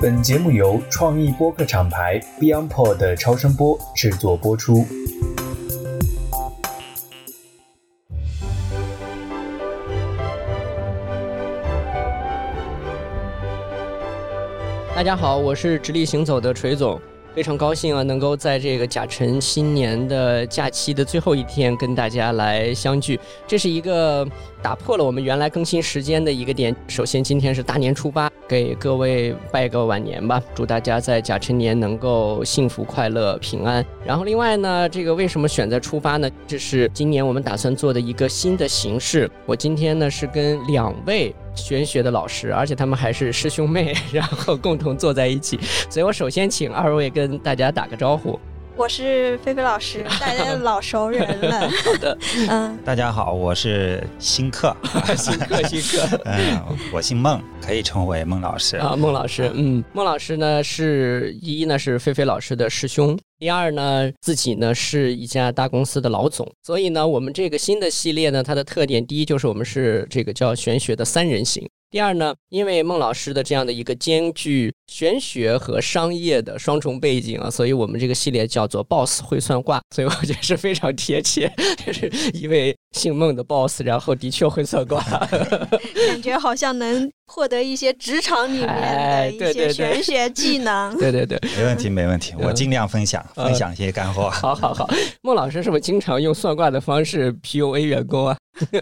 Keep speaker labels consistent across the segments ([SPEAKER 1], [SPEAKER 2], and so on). [SPEAKER 1] 本节目由创意播客厂牌 BeyondPod 的超声波制作播出。
[SPEAKER 2] 大家好，我是直立行走的锤总，非常高兴啊，能够在这个甲辰新年的假期的最后一天跟大家来相聚。这是一个打破了我们原来更新时间的一个点。首先，今天是大年初八，给各位拜个晚年吧，祝大家在甲辰年能够幸福快乐、平安。然后，另外呢，这个为什么选在初八呢？这是今年我们打算做的一个新的形式。我今天呢是跟两位。玄学的老师，而且他们还是师兄妹，然后共同坐在一起，所以我首先请二位跟大家打个招 呼。
[SPEAKER 3] 我是菲菲老 师，大家老熟人了。
[SPEAKER 2] 好的，
[SPEAKER 3] 嗯，
[SPEAKER 4] 大家好，我是新客，
[SPEAKER 2] 新客新客，
[SPEAKER 4] 嗯，我姓孟，可以称为孟老师
[SPEAKER 2] 啊，孟老师，嗯，孟老师呢是一呢是菲菲老师的师兄，第二呢自己呢是一家大公司的老总，所以呢我们这个新的系列呢它的特点，第一就是我们是这个叫玄学的三人行。第二呢，因为孟老师的这样的一个兼具玄学和商业的双重背景啊，所以我们这个系列叫做 “boss 会算卦”，所以我觉得是非常贴切， 就是一位姓孟的 boss，然后的确会算卦。
[SPEAKER 3] 感觉好像能获得一些职场里面的
[SPEAKER 2] 哎
[SPEAKER 3] 一
[SPEAKER 2] 对对
[SPEAKER 3] 些
[SPEAKER 2] 对
[SPEAKER 3] 玄学技 能。
[SPEAKER 2] 对对对，
[SPEAKER 4] 没问题，没问题，我
[SPEAKER 2] 嗯
[SPEAKER 4] 尽量分享，分享一些干货。
[SPEAKER 2] 好好好， 孟老师是不是经常用算卦的方式 PUA 员工啊？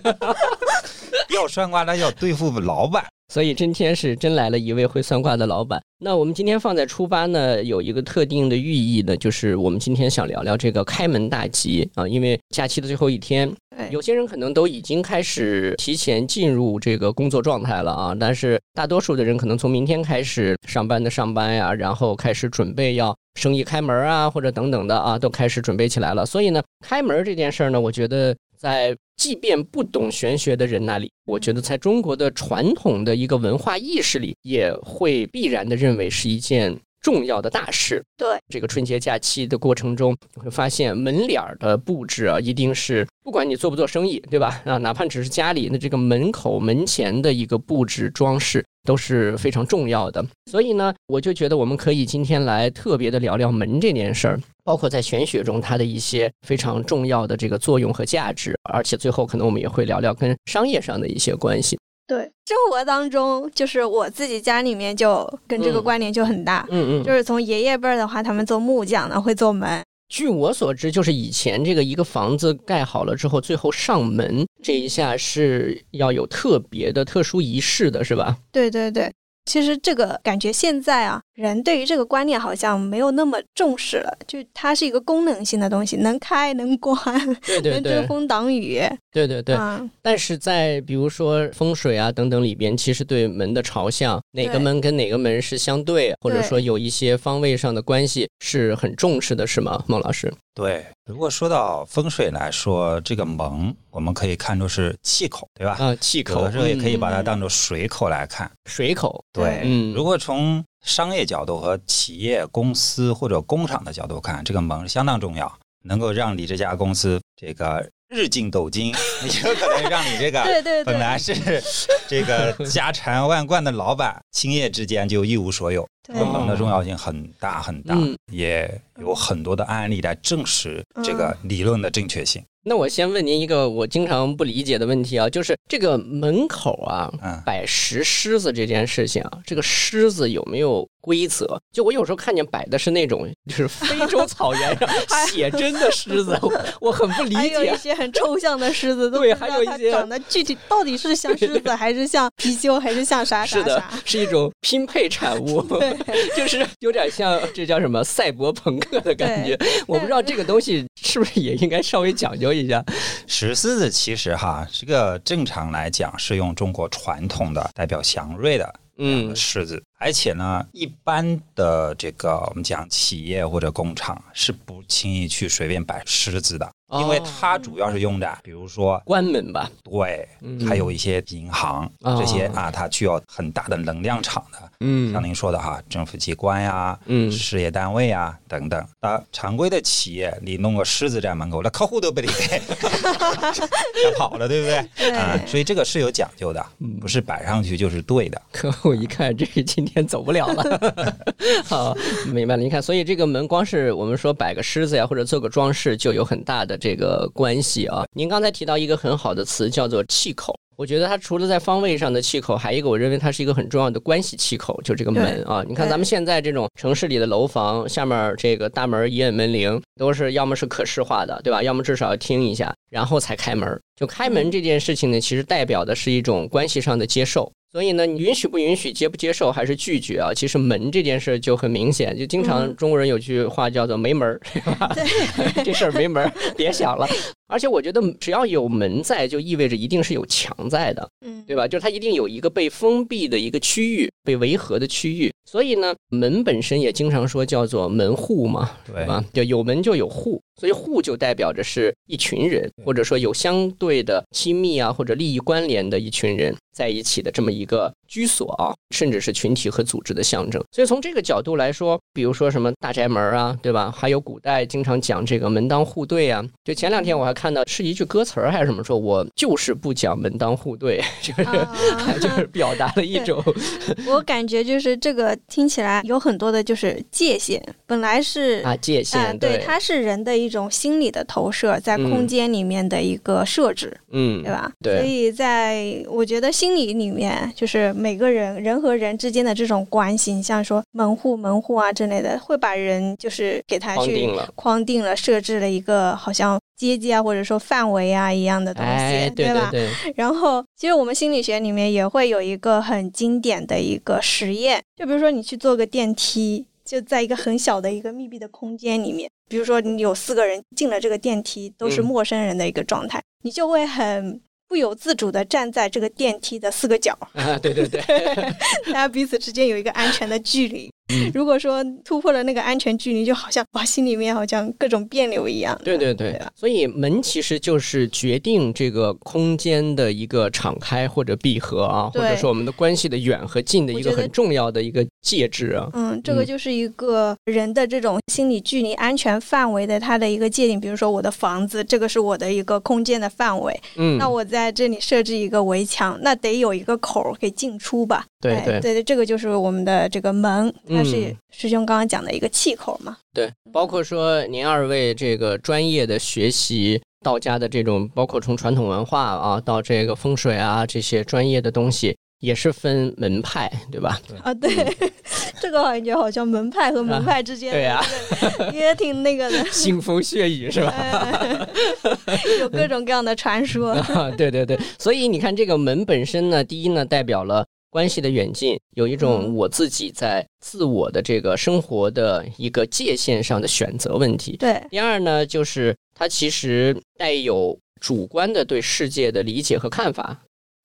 [SPEAKER 4] 要算卦，那要对付老板。
[SPEAKER 2] 所以今天是真来了一位会算卦的老板。那我们今天放在初八呢，有一个特定的寓意呢，就是我们今天想聊聊这个开门大吉啊，因为假期的最后一天，
[SPEAKER 3] 对
[SPEAKER 2] 有些人可能都已经开始提前进入这个工作状态了啊，但是大多数的人可能从明天开始上班的上班呀、然后开始准备要生意开门啊，或者等等的啊，都开始准备起来了。所以呢，开门这件事儿呢，我觉得在即便不懂玄学的人那里，我觉得在中国的传统的一个文化意识里，也会必然的认为是一件重要的大事。
[SPEAKER 3] 对，
[SPEAKER 2] 这个春节假期的过程中，你会发现门脸儿的布置啊，一定是不管你做不做生意，对吧？啊，哪怕只是家里的这个门口、门前的一个布置装饰。都是非常重要的，所以呢，我就觉得我们可以今天来特别的聊聊门这件事儿，包括在玄学中它的一些非常重要的这个作用和价值，而且最后可能我们也会聊聊跟商业上的一些关系。
[SPEAKER 3] 对，生活当中就是我自己家里面就跟这个
[SPEAKER 2] 嗯
[SPEAKER 3] 关联就很大。
[SPEAKER 2] 嗯嗯
[SPEAKER 3] 就是从爷爷辈儿的话，他们做木匠的会做门，
[SPEAKER 2] 据我所知，就是以前这个一个房子盖好了之后，最后上门这一下是要有特别的特殊仪式的，是吧？
[SPEAKER 3] 对对对，其实这个感觉现在啊，人对于这个观念好像没有那么重视了，就它是一个功能性的东西，能开能关，
[SPEAKER 2] 对对
[SPEAKER 3] 能遮
[SPEAKER 2] 对
[SPEAKER 3] 风挡雨。
[SPEAKER 2] 对对对。
[SPEAKER 3] 啊，
[SPEAKER 2] 但是在比如说风水啊等等里边，其实对门的朝向，哪个
[SPEAKER 3] 对
[SPEAKER 2] 门跟哪个门是相对，或者
[SPEAKER 3] 对
[SPEAKER 2] 说有一些方位上的关系是很重视的，是吗，孟老师？
[SPEAKER 4] 对，如果说到风水来说，这个蒙我们可以看作是气口，对吧？
[SPEAKER 2] 啊，嗯气
[SPEAKER 4] 有
[SPEAKER 2] 口
[SPEAKER 4] 的时候也可以
[SPEAKER 2] 嗯
[SPEAKER 4] 把它当做水口来看。
[SPEAKER 2] 水口，
[SPEAKER 4] 对，
[SPEAKER 2] 嗯
[SPEAKER 4] 如果从商业角度和企业、公司或者工厂的角度看，这个盟是相当重要，能够让你这家公司这个日进斗金， 有可能让你 这个
[SPEAKER 3] 对对
[SPEAKER 4] 本
[SPEAKER 3] 对，
[SPEAKER 4] 来是这个家产万贯的老板，兴业之间就一无所有。这
[SPEAKER 3] 对
[SPEAKER 4] 个盟的重要性很大很大，
[SPEAKER 2] 嗯
[SPEAKER 4] 也有很多的案例来证实这个
[SPEAKER 3] 嗯
[SPEAKER 4] 理论的正确性。
[SPEAKER 2] 那我先问您一个我经常不理解的问题啊，就是这个门口啊，
[SPEAKER 4] 嗯，
[SPEAKER 2] 摆石狮子这件事情啊，这个狮子有没有规则？就我有时候看见摆的是那种就是非洲草原上写真的狮子，我我很不理
[SPEAKER 3] 还有哎一
[SPEAKER 2] 解。
[SPEAKER 3] 些很抽象的狮 子，都
[SPEAKER 2] 对
[SPEAKER 3] 不知道
[SPEAKER 2] 还有一
[SPEAKER 3] 它
[SPEAKER 2] 些
[SPEAKER 3] 长得具体到底是像狮子，还是像貔貅，还是像啥啥
[SPEAKER 2] 是的
[SPEAKER 3] 啥？，
[SPEAKER 2] 是一种拼配产物， 就是有点像这叫什么赛博朋克的感觉。我不知道这个东西是不是也应该稍微讲究一下。
[SPEAKER 4] 石狮子其实哈，这个正常来讲是用中国传统的代表祥瑞的
[SPEAKER 2] 嗯
[SPEAKER 4] 狮子，而且呢，一般的这个我们讲企业或者工厂是不轻易去随便摆狮子的，因为
[SPEAKER 2] 哦
[SPEAKER 4] 它主要是用在比如说
[SPEAKER 2] 关门吧，
[SPEAKER 4] 对，
[SPEAKER 2] 嗯
[SPEAKER 4] 还有一些银行
[SPEAKER 2] 哦
[SPEAKER 4] 这些啊，它需要很大的能量场的，
[SPEAKER 2] 嗯
[SPEAKER 4] 像您说的哈，政府机关呀、
[SPEAKER 2] 嗯
[SPEAKER 4] 事业单位啊等等。那常规的企业，你弄个狮子在门口，那客户都被 你给吓跑了，对不对？
[SPEAKER 3] 对，
[SPEAKER 4] 啊，所以这个是有讲究的，不是摆上去就是 对的。
[SPEAKER 2] 客户一看，这是今天走不了了。好，明白了。你看，所以这个门光是我们说摆个狮子呀，或者做个装饰，就有很大的这个关系啊。您刚才提到一个很好的词，叫做气口。我觉得它除了在方位上的气口，还有一个我认为它是一个很重要的关系气口，就这个门啊。你看
[SPEAKER 3] 对
[SPEAKER 2] 咱们现在这种城市里的楼房下面这个大门一摁门铃，都是要么是可视化的，对吧？要么至少要听一下，然后才开门。就开
[SPEAKER 3] 嗯
[SPEAKER 2] 门这件事情呢，其实代表的是一种关系上的接受。所以呢，你允许不允许、接不接受还是拒绝啊？其实门这件事就很明显，就经常
[SPEAKER 3] 嗯
[SPEAKER 2] 中国人有句话叫做“没门儿”，对吧？ 这事儿没门儿，别想了。而且我觉得，只要有门在，就意味着一定是有墙在的。
[SPEAKER 3] 嗯，
[SPEAKER 2] 对吧？就是它一定有一个被封闭的一个区域，被维和的区域。所以呢，门本身也经常说叫做门户嘛，
[SPEAKER 4] 对
[SPEAKER 2] 对吧？就有门就有户，所以户就代表着是一群人，或者说有相对的亲密啊或者利益关联的一群人在一起的这么一个居所啊，甚至是群体和组织的象征。所以从这个角度来说，比如说什么大宅门啊，对吧？还有古代经常讲这个门当户对啊。就前两天我还看到是一句歌词儿还是什么，说我就是不讲门当户对， 就是、
[SPEAKER 3] 啊
[SPEAKER 2] 就是表达了一种
[SPEAKER 3] 我感觉就是这个听起来有很多的就是界限，本来是
[SPEAKER 2] 啊界限，
[SPEAKER 3] 啊对，它是人的一种心理的投射，在空间里面的一个设置，
[SPEAKER 2] 嗯，
[SPEAKER 3] 对？吧？
[SPEAKER 2] 对
[SPEAKER 3] 所以在我觉得心理里面，就是每个人人和人之间的这种关系，你像说门户、门户啊之类的，会把人就是给他
[SPEAKER 2] 框定
[SPEAKER 3] 去
[SPEAKER 2] 了
[SPEAKER 3] 框定了，设置了一个好像阶级啊，或者说范围啊一样的东西，
[SPEAKER 2] 哎，对
[SPEAKER 3] 吧？
[SPEAKER 2] 对，
[SPEAKER 3] 然后，其实我们心理学里面也会有一个很经典的一个实验，就比如说你去坐个电梯，就在一个很小的一个密闭的空间里面，比如说你有四个人进了这个电梯，都是
[SPEAKER 2] 嗯
[SPEAKER 3] 陌生人的一个状态，你就会很。不由自主的站在这个电梯的四 个角，
[SPEAKER 2] 啊，对对对，
[SPEAKER 3] 大家彼此之间有一个安全的距离。
[SPEAKER 2] 嗯
[SPEAKER 3] 如果说突破了那个安全距离，就好像哇，心里面好像各种别扭一样。
[SPEAKER 2] 对对对啊
[SPEAKER 3] 对吧，
[SPEAKER 2] 所以门其实就是决定这个空间的一个敞开或者闭合啊，或
[SPEAKER 3] 对
[SPEAKER 2] 者说我们的关系的远和近的一个
[SPEAKER 3] 我觉得
[SPEAKER 2] 很重要的一个介质啊。
[SPEAKER 3] 嗯，这个
[SPEAKER 2] 嗯
[SPEAKER 3] 就是一个人的这种心理距离安全范围的它的一个界定。比如说我的房子，这个是我的一个空间的范围，
[SPEAKER 2] 嗯，
[SPEAKER 3] 那我在这里设置一个围墙，那得有一个口儿给进出吧？
[SPEAKER 2] 对
[SPEAKER 3] 哎
[SPEAKER 2] 对
[SPEAKER 3] 对对，这个就是我们的这个门，它是
[SPEAKER 2] 嗯
[SPEAKER 3] 师兄刚刚讲的一个气口嘛。
[SPEAKER 2] 对，包括说您二位这个专业的学习。道家的这种，包括从传统文化啊到这个风水啊这些专业的东西，也是分门派，对吧？
[SPEAKER 3] 啊，对，这个感觉好像门派和门派之间、
[SPEAKER 2] 对呀、，
[SPEAKER 3] 也挺那个的
[SPEAKER 2] 腥风血雨是吧？
[SPEAKER 3] 哎有各种各样的传说。
[SPEAKER 2] 啊， 对对对，所以你看这个门本身呢，第一呢代表了关系的远近，有一种
[SPEAKER 3] 嗯
[SPEAKER 2] 我自己在自我的这个生活的一个界限上的选择问题。
[SPEAKER 3] 对，
[SPEAKER 2] 第二呢，就是它其实带有主观的对世界的理解和看法，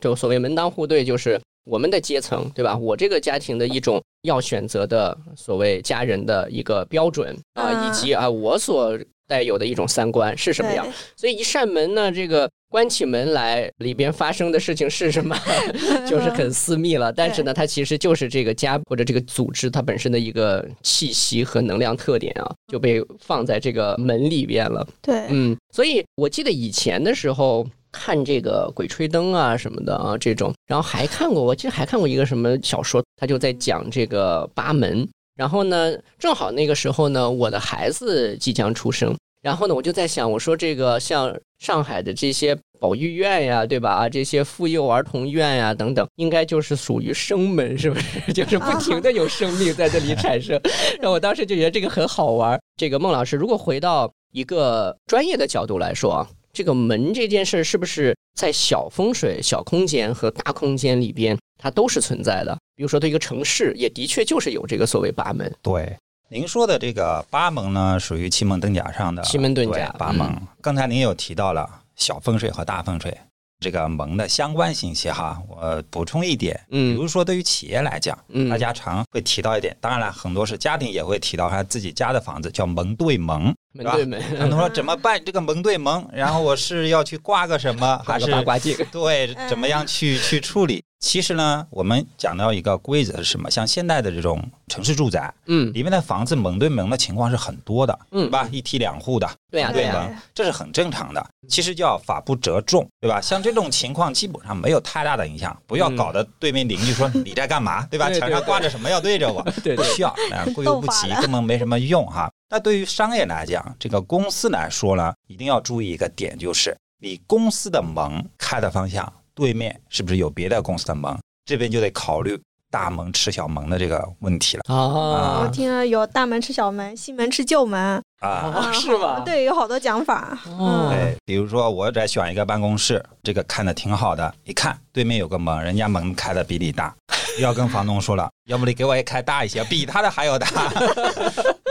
[SPEAKER 2] 就所谓门当户对，就是我们的阶层，对吧？我这个家庭的一种要选择的所谓家人的一个标准啊，以
[SPEAKER 3] 嗯
[SPEAKER 2] 及啊我所带有的一种三观是什么样
[SPEAKER 3] 对？
[SPEAKER 2] 所以一扇门呢，这个关起门来，里边发生的事情是什么， 就是很私密了。但是呢，它其实就是这个家或者这个组织它本身的一个气息和能量特点啊，就被放在这个门里边了。
[SPEAKER 3] 对，
[SPEAKER 2] 嗯，所以我记得以前的时候。看这个《鬼吹灯》啊什么的啊，这种，然后还看过，我记得还看过一个什么小说，他就在讲这个八门。然后呢，正好那个时候呢，我的孩子即将出生，然后呢，我就在想，我说这个像上海的这些保育院呀，对吧？啊，这些妇幼儿童院呀等等，应该就是属于生门，是不是？ 就是不停的有生命在这里产生。然后我当时就觉得这个很好玩儿。这个孟老师，如果回到一个专业的角度来说啊，这个门这件事儿是不是在小风水、小空间和大空间里边，它都是存在的？比如说，对一个城市，也的确就是有这个所谓八门。
[SPEAKER 4] 对，您说的这个八盟呢，属于奇门遁甲上的
[SPEAKER 2] 奇门遁甲嗯
[SPEAKER 4] 对八盟。刚才您有提到了小风水和大风水这个盟的相关信息哈，我补充一点，比
[SPEAKER 2] 嗯
[SPEAKER 4] 如说对于企业来讲，
[SPEAKER 2] 嗯，
[SPEAKER 4] 大家常会提到一点，当然了，很多是家庭也会提到他自己家的房子叫盟对盟，
[SPEAKER 2] 门对门，
[SPEAKER 4] 很多人说怎么办？这个盟对盟，然后我是要去挂个什么，还
[SPEAKER 2] 挂
[SPEAKER 4] 是
[SPEAKER 2] 个八卦镜，
[SPEAKER 4] 对，怎么样去去处理？其实呢，我们讲到一个规则是什么？像现代的这种城市住宅
[SPEAKER 2] 嗯，
[SPEAKER 4] 里面的房子，盟对盟的情况是很多的，
[SPEAKER 2] 嗯
[SPEAKER 4] 对吧？一梯两户的，
[SPEAKER 2] 对呀、
[SPEAKER 3] 啊
[SPEAKER 2] 对
[SPEAKER 4] 对
[SPEAKER 2] 呀、
[SPEAKER 3] 啊
[SPEAKER 4] 盟，这是很正常的。其实叫法不责众，对吧？像这种情况基本上没有太大的影响，不要
[SPEAKER 2] 嗯
[SPEAKER 4] 搞得对面邻居说你在干嘛，对吧？
[SPEAKER 2] 对对
[SPEAKER 4] 墙上挂着什么要对着我，
[SPEAKER 2] 对
[SPEAKER 4] 不
[SPEAKER 2] 对，
[SPEAKER 4] 需要，啊， 过犹不及，根本没什么用哈。那对于商业来讲，这个公司来说呢，一定要注意一个点，就是你公司的门开的方向对面是不是有别的公司的门，这边就得考虑大门吃小门的这个问题了
[SPEAKER 2] 啊
[SPEAKER 3] 我听了有大门吃小门，西门吃旧门，
[SPEAKER 4] 啊。
[SPEAKER 2] 啊是吗
[SPEAKER 3] 对，有好多讲法。
[SPEAKER 2] 哦
[SPEAKER 3] 嗯，
[SPEAKER 4] 对，比如说我在选一个办公室，这个看的挺好的，一看对面有个门，人家门开的比你大， 要跟房东说了，要不你给我也开大一些，比他的还要大，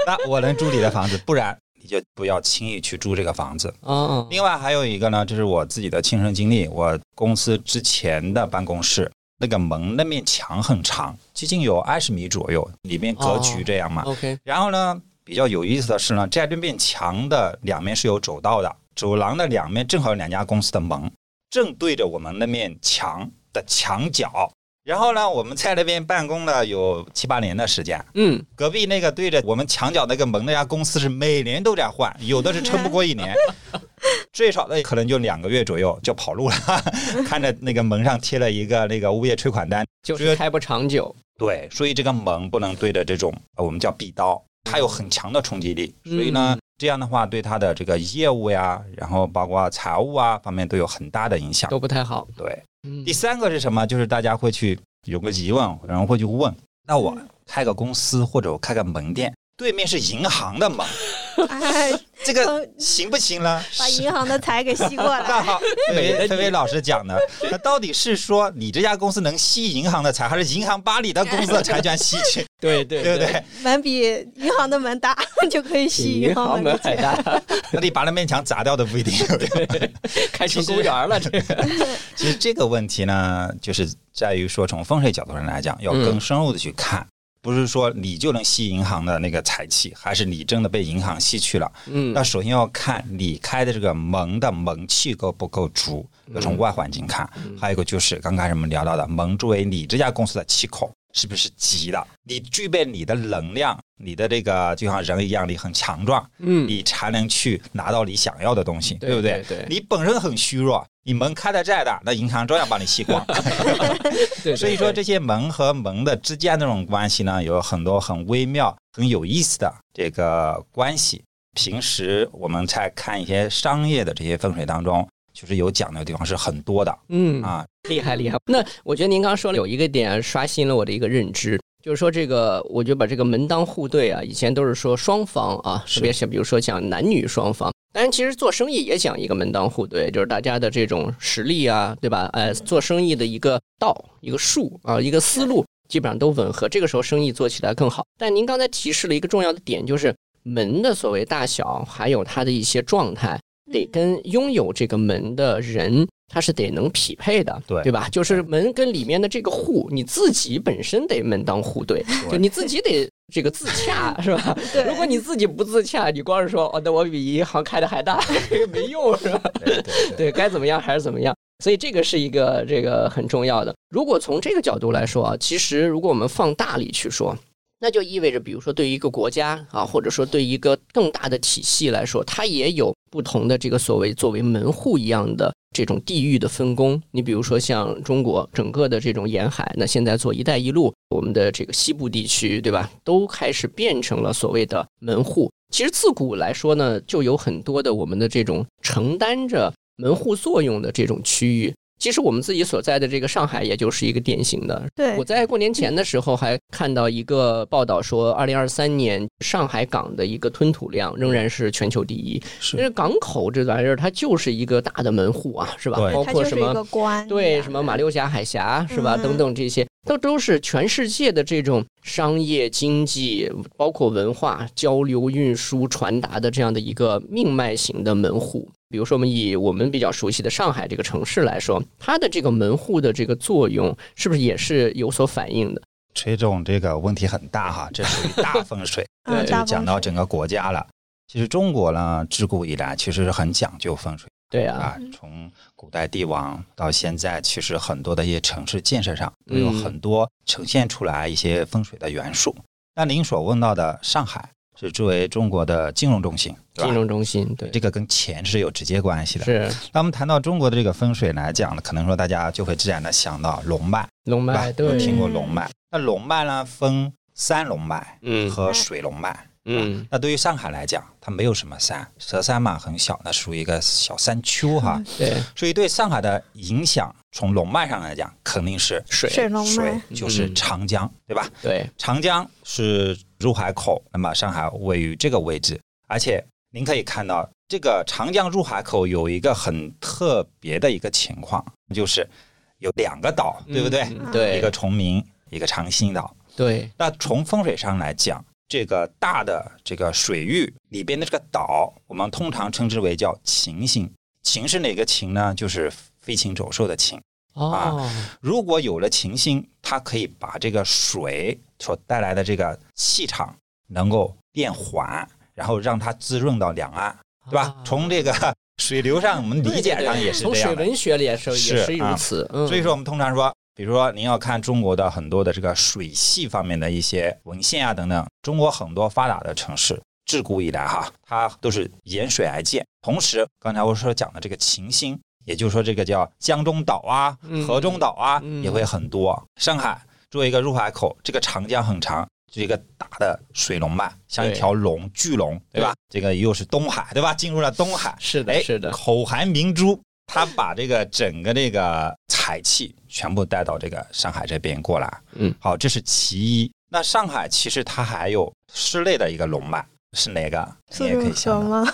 [SPEAKER 4] 那我能住你的房子，不然你就不要轻易去住这个房子。
[SPEAKER 2] 哦，
[SPEAKER 4] 另外还有一个呢，就是我自己的亲身经历，我公司之前的办公室。那个门那面墙很长，接近有二十米左右，里面格局这样嘛。
[SPEAKER 2] OK，
[SPEAKER 4] 然后呢，比较有意思的是呢，在这面墙的两面是有走道的，走廊的两面正好有两家公司的门，正对着我们那面墙的墙角。然后呢，我们在那边办公了有七八年的时间，
[SPEAKER 2] 嗯，
[SPEAKER 4] 隔壁那个对着我们墙角那个门那家公司是每年都在换，有的是撑不过一年，最少的可能就两个月左右就跑路了。 看着那个门上贴了一个那个物业催款单，
[SPEAKER 2] 就是开不长久，
[SPEAKER 4] 对，所以这个猛不能对着这种呃我们叫壁刀，它有很强的冲击力，
[SPEAKER 2] 嗯
[SPEAKER 4] 所以呢，这样的话对它的这个业务呀，然后包括财务啊方面都有很大的影响。
[SPEAKER 2] 都不太好。
[SPEAKER 4] 对，
[SPEAKER 2] 嗯
[SPEAKER 4] 第三个是什么？就是大家会去有个疑问，然后会去问，那我
[SPEAKER 2] 嗯
[SPEAKER 4] 开个公司或者我开个门店，对面是银行的门，
[SPEAKER 3] 哎，
[SPEAKER 4] 这个
[SPEAKER 2] 嗯
[SPEAKER 4] 行不行呢？
[SPEAKER 3] 把
[SPEAKER 4] 是
[SPEAKER 3] 银行的财给吸过来，
[SPEAKER 4] 那好，
[SPEAKER 2] 美的
[SPEAKER 4] 裴
[SPEAKER 2] 你
[SPEAKER 4] 裴伟老师讲的，那到底是说你这家公司能吸银行的财，还是银行把你的公司的财全吸去，
[SPEAKER 2] 对 对
[SPEAKER 4] 对不对？
[SPEAKER 3] 门比银行的门大， 就可以吸
[SPEAKER 2] 比
[SPEAKER 3] 银
[SPEAKER 2] 银
[SPEAKER 3] 行
[SPEAKER 2] 行
[SPEAKER 3] 门
[SPEAKER 2] 门
[SPEAKER 3] 的
[SPEAKER 2] 还
[SPEAKER 3] 钱。
[SPEAKER 2] 大，
[SPEAKER 4] 那你把那面墙砸掉都不 一定。
[SPEAKER 2] 开成公园了，这个
[SPEAKER 4] 其实这个问题呢，就是在于说从风水角度上来
[SPEAKER 2] 嗯
[SPEAKER 4] 讲，要更深入的去看，不是说你就能吸银行的那个财气，还是你真的被银行吸去了。
[SPEAKER 2] 嗯
[SPEAKER 4] 那首先要看你开的这个门的门气够不够足，要从外环境看。
[SPEAKER 2] 嗯
[SPEAKER 4] 还有一个就是刚开始我们聊到的，门作为你这家公司的气口。是不是急了？你具备你的能量，你的这个就像人一样，你很强壮，
[SPEAKER 2] 嗯，
[SPEAKER 4] 你才能去拿到你想要的东西，
[SPEAKER 2] 对
[SPEAKER 4] 不
[SPEAKER 2] 对对
[SPEAKER 4] 你本身很虚弱，你门开的再大，那银行照样把你吸光。
[SPEAKER 2] 对，
[SPEAKER 4] 所以说，这些门和门的之间的这种关系呢，有很多很微妙、很有意思的这个关系。平时我们在看一些商业的这些风水当中，就是有讲究的地方是很多的
[SPEAKER 2] 嗯
[SPEAKER 4] 啊。
[SPEAKER 2] 厉害厉害。那我觉得您刚刚说了有一个点刷新了我的一个认知，就是说这个，我觉得把这个门当户对啊，以前都是说双方啊，
[SPEAKER 4] 是
[SPEAKER 2] 特别是比如说讲男女双方。当然，其实做生意也讲一个门当户对，就是大家的这种实力啊，对吧？呃，做生意的一个道、一个术啊、一个思路，基本上都吻合。这个时候生意做起来更好。但您刚才提示了一个重要的点，就是门的所谓大小，还有它的一些状态，得跟拥有这个门的人，他是得能匹配的，
[SPEAKER 4] 对
[SPEAKER 2] 对吧？就是门跟里面的这个户，你自己本身得门当户对，
[SPEAKER 4] 对
[SPEAKER 2] 就你自己得这个自洽，是吧？
[SPEAKER 3] 对
[SPEAKER 2] 如果你自己不自洽，你光是说哦，那我比银行开的还大， 这个没用，是吧？
[SPEAKER 4] 对对对
[SPEAKER 2] 对该怎么样还是怎么样。所以这个是一个这个很重要的。如果从这个角度来说啊，其实如果我们放大里去说，那就意味着，比如说对于一个国家啊，或者说对一个更大的体系来说，它也有不同的这个所谓作为门户一样的这种地域的分工。你比如说像中国整个的这种沿海，那现在做“一带一路”，我们的这个西部地区，对吧，都开始变成了所谓的门户。其实自古来说呢，就有很多的我们的这种承担着门户作用的这种区域。其实我们自己所在的这个上海，也就是一个典型的，
[SPEAKER 3] 对
[SPEAKER 2] 我，在过年前的时候还看到一个报道说，二零二三年上海港的一个吞吐量
[SPEAKER 3] 嗯
[SPEAKER 2] 仍然是全球第一。因为
[SPEAKER 4] 是，
[SPEAKER 2] 港口这玩意儿，它就是一个大的门户啊，是吧？
[SPEAKER 4] 对
[SPEAKER 2] 包
[SPEAKER 3] 它
[SPEAKER 2] 括
[SPEAKER 3] 就
[SPEAKER 2] 什
[SPEAKER 3] 是一
[SPEAKER 2] 么
[SPEAKER 3] 个官，
[SPEAKER 2] 对什么马六甲海峡是吧？
[SPEAKER 3] 啊嗯
[SPEAKER 2] 等等这些，都都是全世界的这种商业、经济，包括文化交流、运输、传达的这样的一个命脉型的门户。比如说，我们以我们比较熟悉的上海这个城市来说，它的这个门户的这个作用，是不是也是有所反映的？
[SPEAKER 4] 崔总这个问题很大哈，这属于大风水。
[SPEAKER 3] 嗯
[SPEAKER 2] 对
[SPEAKER 3] 大
[SPEAKER 4] 讲
[SPEAKER 3] 风
[SPEAKER 4] 到
[SPEAKER 3] 水
[SPEAKER 4] 整个国家了。其实中国呢，自古以来其实是很讲究风水。
[SPEAKER 2] 对
[SPEAKER 4] 啊
[SPEAKER 2] 啊，，
[SPEAKER 4] 从古代帝王到现在，其实很多的一些城市建设上都有
[SPEAKER 2] 嗯
[SPEAKER 4] 很多呈现出来一些风水的元素。那您所问到的上海是作为中国的金融中心，对吧
[SPEAKER 2] 金融中心，对，
[SPEAKER 4] 这个跟钱是有直接关系的。
[SPEAKER 2] 是
[SPEAKER 4] 那我们谈到中国的这个风水来讲呢，可能说大家就会自然的想到龙脉，
[SPEAKER 2] 龙
[SPEAKER 4] 对吧
[SPEAKER 2] 脉，？
[SPEAKER 4] 有
[SPEAKER 2] 对，
[SPEAKER 4] 听过龙脉。那龙脉呢，分山龙脉
[SPEAKER 2] 嗯
[SPEAKER 4] 和水龙脉。
[SPEAKER 2] 嗯
[SPEAKER 4] 那对于上海来讲，它没有什么山，佘山嘛很小，那属于一个小山丘哈。
[SPEAKER 2] 对，
[SPEAKER 4] 所以对上海的影响，从龙脉上来讲，肯定是
[SPEAKER 2] 水
[SPEAKER 3] 水龙
[SPEAKER 4] 水
[SPEAKER 3] 脉，
[SPEAKER 2] 嗯
[SPEAKER 4] 就是长江，对吧？
[SPEAKER 2] 对，
[SPEAKER 4] 长江是入海口，那么上海位于这个位置，而且您可以看到，这个长江入海口有一个很特别的一个情况，就是有两个岛，对不对？
[SPEAKER 2] 嗯对，
[SPEAKER 4] 一个崇明，一个长兴岛。
[SPEAKER 2] 对，
[SPEAKER 4] 那从风水上来讲，这个大的这个水域里边的这个岛，我们通常称之为叫禽星。禽是哪个禽呢？就是飞禽走兽的禽。
[SPEAKER 2] 哦，
[SPEAKER 4] 如果有了禽星，它可以把这个水所带来的这个气场能够变缓，然后让它滋润到两岸，对吧？
[SPEAKER 2] 啊
[SPEAKER 4] 从这个水流上，我们理解上也是
[SPEAKER 2] 从
[SPEAKER 4] 这样
[SPEAKER 2] 水
[SPEAKER 4] 的。
[SPEAKER 2] 文学里也是也
[SPEAKER 4] 是
[SPEAKER 2] 是如
[SPEAKER 4] 啊
[SPEAKER 2] 此，嗯，
[SPEAKER 4] 所以说，我们通常说，比如说您要看中国的很多的这个水系方面的一些文献啊等等，中国很多发达的城市。自古以来哈，它都是沿水而建。同时，刚才我所讲的这个秦星，也就是说这个叫江中岛啊
[SPEAKER 2] 嗯、
[SPEAKER 4] 河中岛啊，
[SPEAKER 2] 嗯
[SPEAKER 4] 也会很多。上海作为一个入海口，这个长江很长，是一个大的水龙脉，像一
[SPEAKER 2] 对
[SPEAKER 4] 条龙巨龙，对吧？这个又是东海，对吧？进入了东海，
[SPEAKER 2] 是的
[SPEAKER 4] 哎，
[SPEAKER 2] 是的
[SPEAKER 4] 口含明珠，他把这个整个这个财气全部带到这个上海这边过来。
[SPEAKER 2] 嗯，
[SPEAKER 4] 好，这是其一。那上海其实它还有室内的一个龙脉是哪个？你
[SPEAKER 3] 苏
[SPEAKER 4] 也可
[SPEAKER 3] 州
[SPEAKER 4] 以
[SPEAKER 3] 河
[SPEAKER 4] 想到，
[SPEAKER 3] 吗？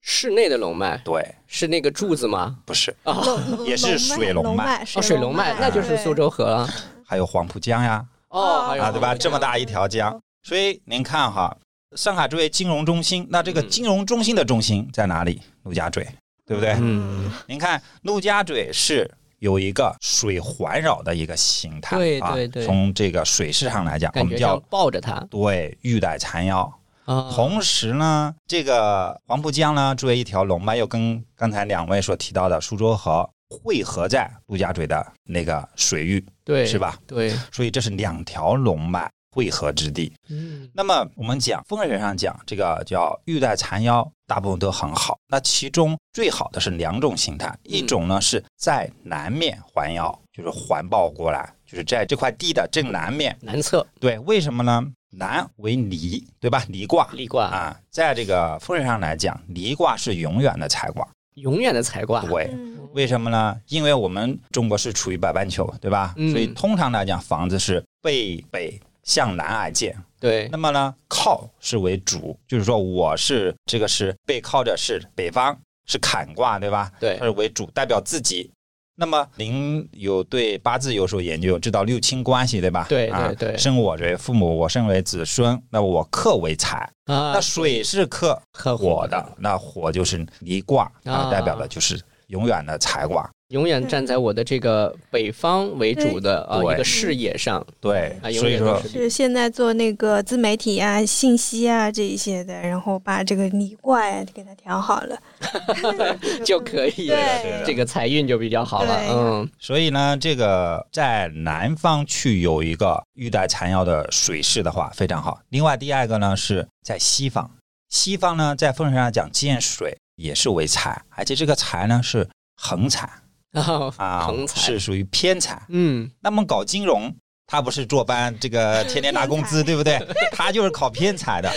[SPEAKER 2] 室内的龙脉
[SPEAKER 4] 对，
[SPEAKER 2] 是那个柱子吗？
[SPEAKER 4] 不是，
[SPEAKER 2] 啊，
[SPEAKER 3] 龙
[SPEAKER 4] 也是水龙
[SPEAKER 3] 龙
[SPEAKER 4] 脉
[SPEAKER 3] 脉，
[SPEAKER 2] 哦，水龙脉，那就是苏。州河了。
[SPEAKER 4] 还有黄浦江呀，
[SPEAKER 2] 哦，还有
[SPEAKER 4] 啊，对吧？
[SPEAKER 2] 黄浦
[SPEAKER 4] 这么
[SPEAKER 2] 江
[SPEAKER 4] 大一条江，所以您看哈，上海作为金融中心，那这个
[SPEAKER 2] 嗯
[SPEAKER 4] 金融中心的中心在哪里？陆家嘴，对不对？
[SPEAKER 2] 嗯，
[SPEAKER 4] 您看陆家嘴是有一个水环绕的一个形态，
[SPEAKER 2] 对
[SPEAKER 4] 啊
[SPEAKER 2] 对对
[SPEAKER 4] 从这个水势上来讲，我
[SPEAKER 2] 感
[SPEAKER 4] 们
[SPEAKER 2] 觉像
[SPEAKER 4] 叫
[SPEAKER 2] 抱着它。
[SPEAKER 4] 对玉带缠腰。
[SPEAKER 2] 啊，
[SPEAKER 4] 同时呢，这个黄浦江呢，作为一条龙脉，又跟刚才两位所提到的苏州河汇合在陆家嘴的那个水域，
[SPEAKER 2] 对
[SPEAKER 4] 是？吧？
[SPEAKER 2] 对，
[SPEAKER 4] 所以这是两条龙脉汇合之地。
[SPEAKER 2] 嗯，
[SPEAKER 4] 那么我们讲风水上讲这个叫玉带缠腰，大部分都很好。那其中最好的是两种形态，一种呢是在南面环腰，就是环抱过来，就是在这块地的正南面。
[SPEAKER 2] 南侧
[SPEAKER 4] 对，为什么呢？南为离，对吧？离卦
[SPEAKER 2] 立卦，
[SPEAKER 4] 啊，在这个风水上来讲，离卦是永远的财卦。
[SPEAKER 2] 永远的财卦。
[SPEAKER 4] 对，
[SPEAKER 3] 嗯
[SPEAKER 4] 为什么呢？因为我们中国是处于北半球，对吧？
[SPEAKER 2] 嗯
[SPEAKER 4] 所以通常来讲，房子是背北向南而建。
[SPEAKER 2] 对
[SPEAKER 4] 那，么呢，靠是为主，就是说我是这个是背靠着是北方，是坎卦，对吧？
[SPEAKER 2] 对
[SPEAKER 4] 它是为主，代表自己。那么您有对八字有所研究，知道六亲关系，对吧？
[SPEAKER 2] 对
[SPEAKER 4] 啊
[SPEAKER 2] 对对
[SPEAKER 4] 生我为父母，我生为子孙，那我克为财，
[SPEAKER 2] 啊
[SPEAKER 4] 那，水是克
[SPEAKER 2] 克
[SPEAKER 4] 火的，那火就是离卦
[SPEAKER 2] 啊
[SPEAKER 4] 啊，代表的就是永远的财卦。
[SPEAKER 2] 永远站在我的这个北方为主的啊
[SPEAKER 4] 对
[SPEAKER 2] 一个视野上，
[SPEAKER 4] 对
[SPEAKER 2] 啊，
[SPEAKER 4] 所
[SPEAKER 2] 永
[SPEAKER 4] 以
[SPEAKER 2] 远都
[SPEAKER 4] 说
[SPEAKER 2] 是
[SPEAKER 3] 就是现在做那个自媒体啊、信息啊这一些的，然后把这个离卦呀给它调好 了，
[SPEAKER 2] 就可以
[SPEAKER 3] 对
[SPEAKER 4] 的对的
[SPEAKER 2] 这个财运就比较好了。
[SPEAKER 3] 对
[SPEAKER 2] 嗯，
[SPEAKER 4] 所以呢，这个在南方去有一个玉带缠绕的水势的话非常好。另外，第二个呢是在西方，西方呢在风水上讲见水也是为财，而且这个财呢是横财
[SPEAKER 2] 然后
[SPEAKER 4] 啊，
[SPEAKER 2] 横财，
[SPEAKER 4] 是属于偏财。
[SPEAKER 2] 嗯，
[SPEAKER 4] 那么搞金融，他不是坐班 这个天天拿工资，对不对？他就是考偏财的。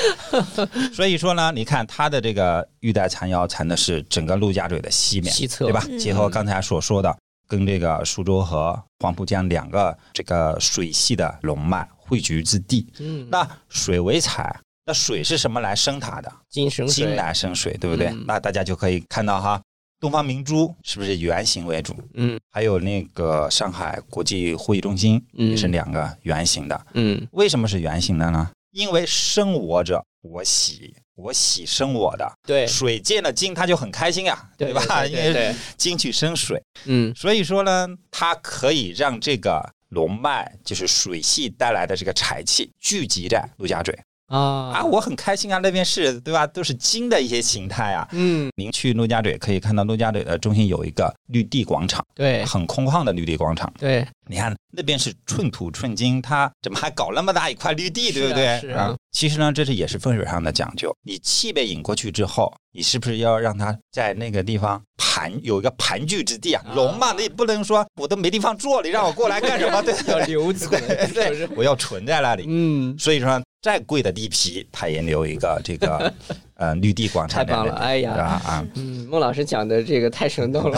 [SPEAKER 4] 所以说呢，你看他的这个玉带缠腰缠的是整个陆家嘴的西面，
[SPEAKER 2] 西侧
[SPEAKER 4] 对吧？
[SPEAKER 3] 嗯
[SPEAKER 4] 结合刚才所说的，跟这个苏州河、黄浦江两个这个水系的龙脉汇聚之地。
[SPEAKER 2] 嗯，
[SPEAKER 4] 那水为财，那水是什么来生它的？
[SPEAKER 2] 金生水
[SPEAKER 4] 金来生水，对不对？
[SPEAKER 2] 嗯
[SPEAKER 4] 那大家就可以看到哈，东方明珠是不是圆形为主？
[SPEAKER 2] 嗯
[SPEAKER 4] 还有那个上海国际会议中心
[SPEAKER 2] 嗯
[SPEAKER 4] 也是两个圆形的。
[SPEAKER 2] 嗯
[SPEAKER 4] 为什么是圆形的呢？因为生我者我喜，我喜生我的。
[SPEAKER 2] 对
[SPEAKER 4] 水见了金，他就很开心呀，
[SPEAKER 2] 对
[SPEAKER 4] 吧？
[SPEAKER 2] 对对
[SPEAKER 4] 因
[SPEAKER 2] 对
[SPEAKER 4] 为金去生水，
[SPEAKER 2] 嗯
[SPEAKER 4] 所以说呢，它可以让这个龙脉就是水系带来的这个财气聚集在陆家嘴。
[SPEAKER 2] 啊
[SPEAKER 4] 啊，我很开心啊，那边是对吧？都是金的一些形态啊。
[SPEAKER 2] 嗯，
[SPEAKER 4] 您去陆家嘴可以看到，陆家嘴的中心有一个绿地广场，
[SPEAKER 2] 对
[SPEAKER 4] 很空旷的绿地广场。
[SPEAKER 2] 对，
[SPEAKER 4] 你看那边是寸土寸金，它怎么还搞那么大一块绿地，
[SPEAKER 2] 是啊
[SPEAKER 4] 对不对？
[SPEAKER 2] 是啊
[SPEAKER 4] 其实呢，这是也是风水上的讲究。你气被引过去之后，你是不是要让它在那个地方盘有一个盘踞之地啊
[SPEAKER 2] 啊？
[SPEAKER 4] 龙嘛，你不能说我都没地方坐，你让我过来干 什么？对不
[SPEAKER 2] 要
[SPEAKER 4] 对？
[SPEAKER 2] 留子，
[SPEAKER 4] 对
[SPEAKER 2] 是不是
[SPEAKER 4] 对，我要存在那里。
[SPEAKER 2] 嗯，
[SPEAKER 4] 所以说，再贵的地皮，它也留一个这 个呃绿地广场
[SPEAKER 2] 太
[SPEAKER 4] 在
[SPEAKER 2] 棒
[SPEAKER 4] 那里。
[SPEAKER 2] 了，哎
[SPEAKER 4] 是吧
[SPEAKER 2] 呀，
[SPEAKER 4] 啊，
[SPEAKER 2] 嗯，孟老师讲的这个太生动 了，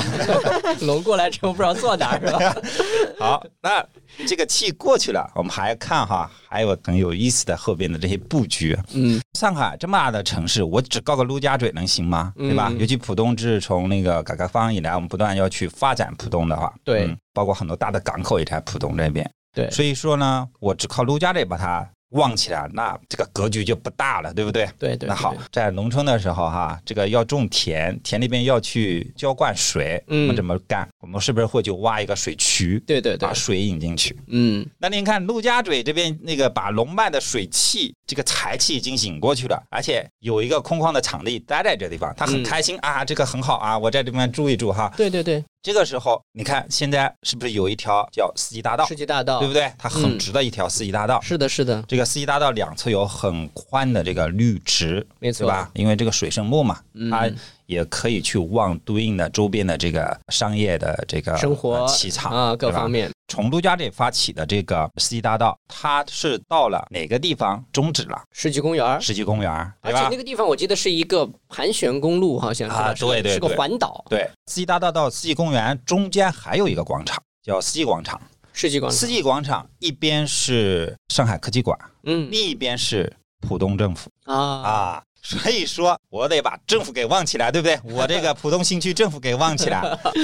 [SPEAKER 2] 龙过来之后不知道坐哪儿是吧？
[SPEAKER 4] 好，那这个气过去了，我们还要看哈，还有很有意思的后边的这些布局。
[SPEAKER 2] 嗯，
[SPEAKER 4] 上海这么大的城市，我只搞个陆家嘴能行吗？
[SPEAKER 2] 嗯
[SPEAKER 4] 对吧？尤其浦东，自从那个改革方案以来，我们不断要去发展浦东的话，嗯
[SPEAKER 2] 对
[SPEAKER 4] 包括很多大的港口也在浦东这边。
[SPEAKER 2] 对
[SPEAKER 4] 所以说呢，我只靠陆家嘴把它旺起来，那这个格局就不大了，对不对？
[SPEAKER 2] 对对，
[SPEAKER 4] 那好
[SPEAKER 2] 对，，
[SPEAKER 4] 在农村的时候哈，这个要种田，田里边要去浇灌水，
[SPEAKER 2] 嗯
[SPEAKER 4] 我们怎么干？我们是不是会就挖一个水渠，
[SPEAKER 2] 对对对
[SPEAKER 4] 把，水引进去？
[SPEAKER 2] 嗯，
[SPEAKER 4] 那您看陆家嘴这边那个把龙脉的水气，这个财气已经引过去了，而且有一个空旷的场地待在这地方，他很
[SPEAKER 2] 嗯
[SPEAKER 4] 开心、啊，这个很好啊，我在这边住一住哈。
[SPEAKER 2] 对对对，
[SPEAKER 4] 这个时候，你看现在是不是有一条叫四季大道
[SPEAKER 2] 世，纪大道，
[SPEAKER 4] 对不对？它
[SPEAKER 2] 嗯
[SPEAKER 4] 很直的一条四季大道。
[SPEAKER 2] 是的，是的，
[SPEAKER 4] 这个四季大道两侧有很宽的这个绿植，
[SPEAKER 2] 没
[SPEAKER 4] 对
[SPEAKER 2] 错，
[SPEAKER 4] 吧？因为这个水生木嘛，
[SPEAKER 2] 嗯
[SPEAKER 4] 它也可以去望对应的周边的这个商业的这个
[SPEAKER 2] 生活
[SPEAKER 4] 呃气场
[SPEAKER 2] 啊，各方。
[SPEAKER 4] 对吧
[SPEAKER 2] 面，
[SPEAKER 4] 从陆家嘴发起的这个世纪大道，它是到了哪个地方终止了？
[SPEAKER 2] 世纪公园儿，
[SPEAKER 4] 世纪公园，
[SPEAKER 2] 而
[SPEAKER 4] 对
[SPEAKER 2] 且
[SPEAKER 4] 吧
[SPEAKER 2] 那？个地方我记得是一个盘旋公路，好像是吧
[SPEAKER 4] 啊
[SPEAKER 2] 是个
[SPEAKER 4] 对对
[SPEAKER 2] 是个
[SPEAKER 4] 对
[SPEAKER 2] 环岛，
[SPEAKER 4] 对，世纪大道到世纪公园中间还有一个广场。叫世纪广场，
[SPEAKER 2] 世纪广场
[SPEAKER 4] 世，纪广场一边是上海科技馆，
[SPEAKER 2] 嗯
[SPEAKER 4] 另一边是浦东政府。
[SPEAKER 2] 啊，
[SPEAKER 4] 啊。所以说，我得把政府给旺起来，对 不对？我这个浦东新区政府给旺起来，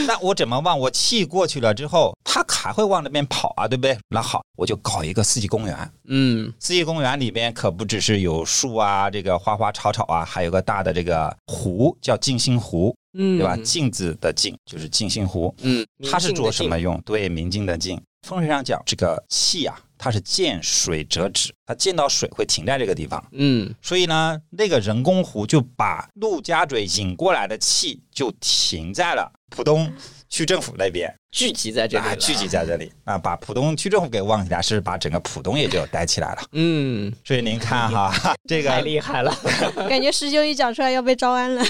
[SPEAKER 4] 那我怎么旺？我气过去了之后，他还会往那边跑啊，对不对？那好，我就搞一个四季公园。
[SPEAKER 2] 嗯，
[SPEAKER 4] 四季公园里边可不只是有树啊，这个花花草草啊，还有个大的这个湖，叫静心湖，
[SPEAKER 2] 嗯，
[SPEAKER 4] 对吧？镜子的镜就是静心湖，
[SPEAKER 2] 嗯，
[SPEAKER 4] 它是
[SPEAKER 2] 明镜
[SPEAKER 4] 做
[SPEAKER 2] 的
[SPEAKER 4] 什么用？对，明镜的镜。风水上讲，这个气啊，它是见水则止，它见到水会停在这个地方。
[SPEAKER 2] 镜？嗯，
[SPEAKER 4] 所以呢，那个人工湖就把陆家嘴引过来的气就停在了浦东区政府那边，
[SPEAKER 2] 聚集在这里
[SPEAKER 4] 啊，
[SPEAKER 2] 了
[SPEAKER 4] 聚集，在这里啊，把浦东区政府给忘起来，是把整个浦东也就带起来了。
[SPEAKER 2] 嗯，
[SPEAKER 4] 所以您看哈，这
[SPEAKER 2] 太
[SPEAKER 4] 个
[SPEAKER 2] 厉害了，
[SPEAKER 3] 感觉十九一讲出来要被招安了。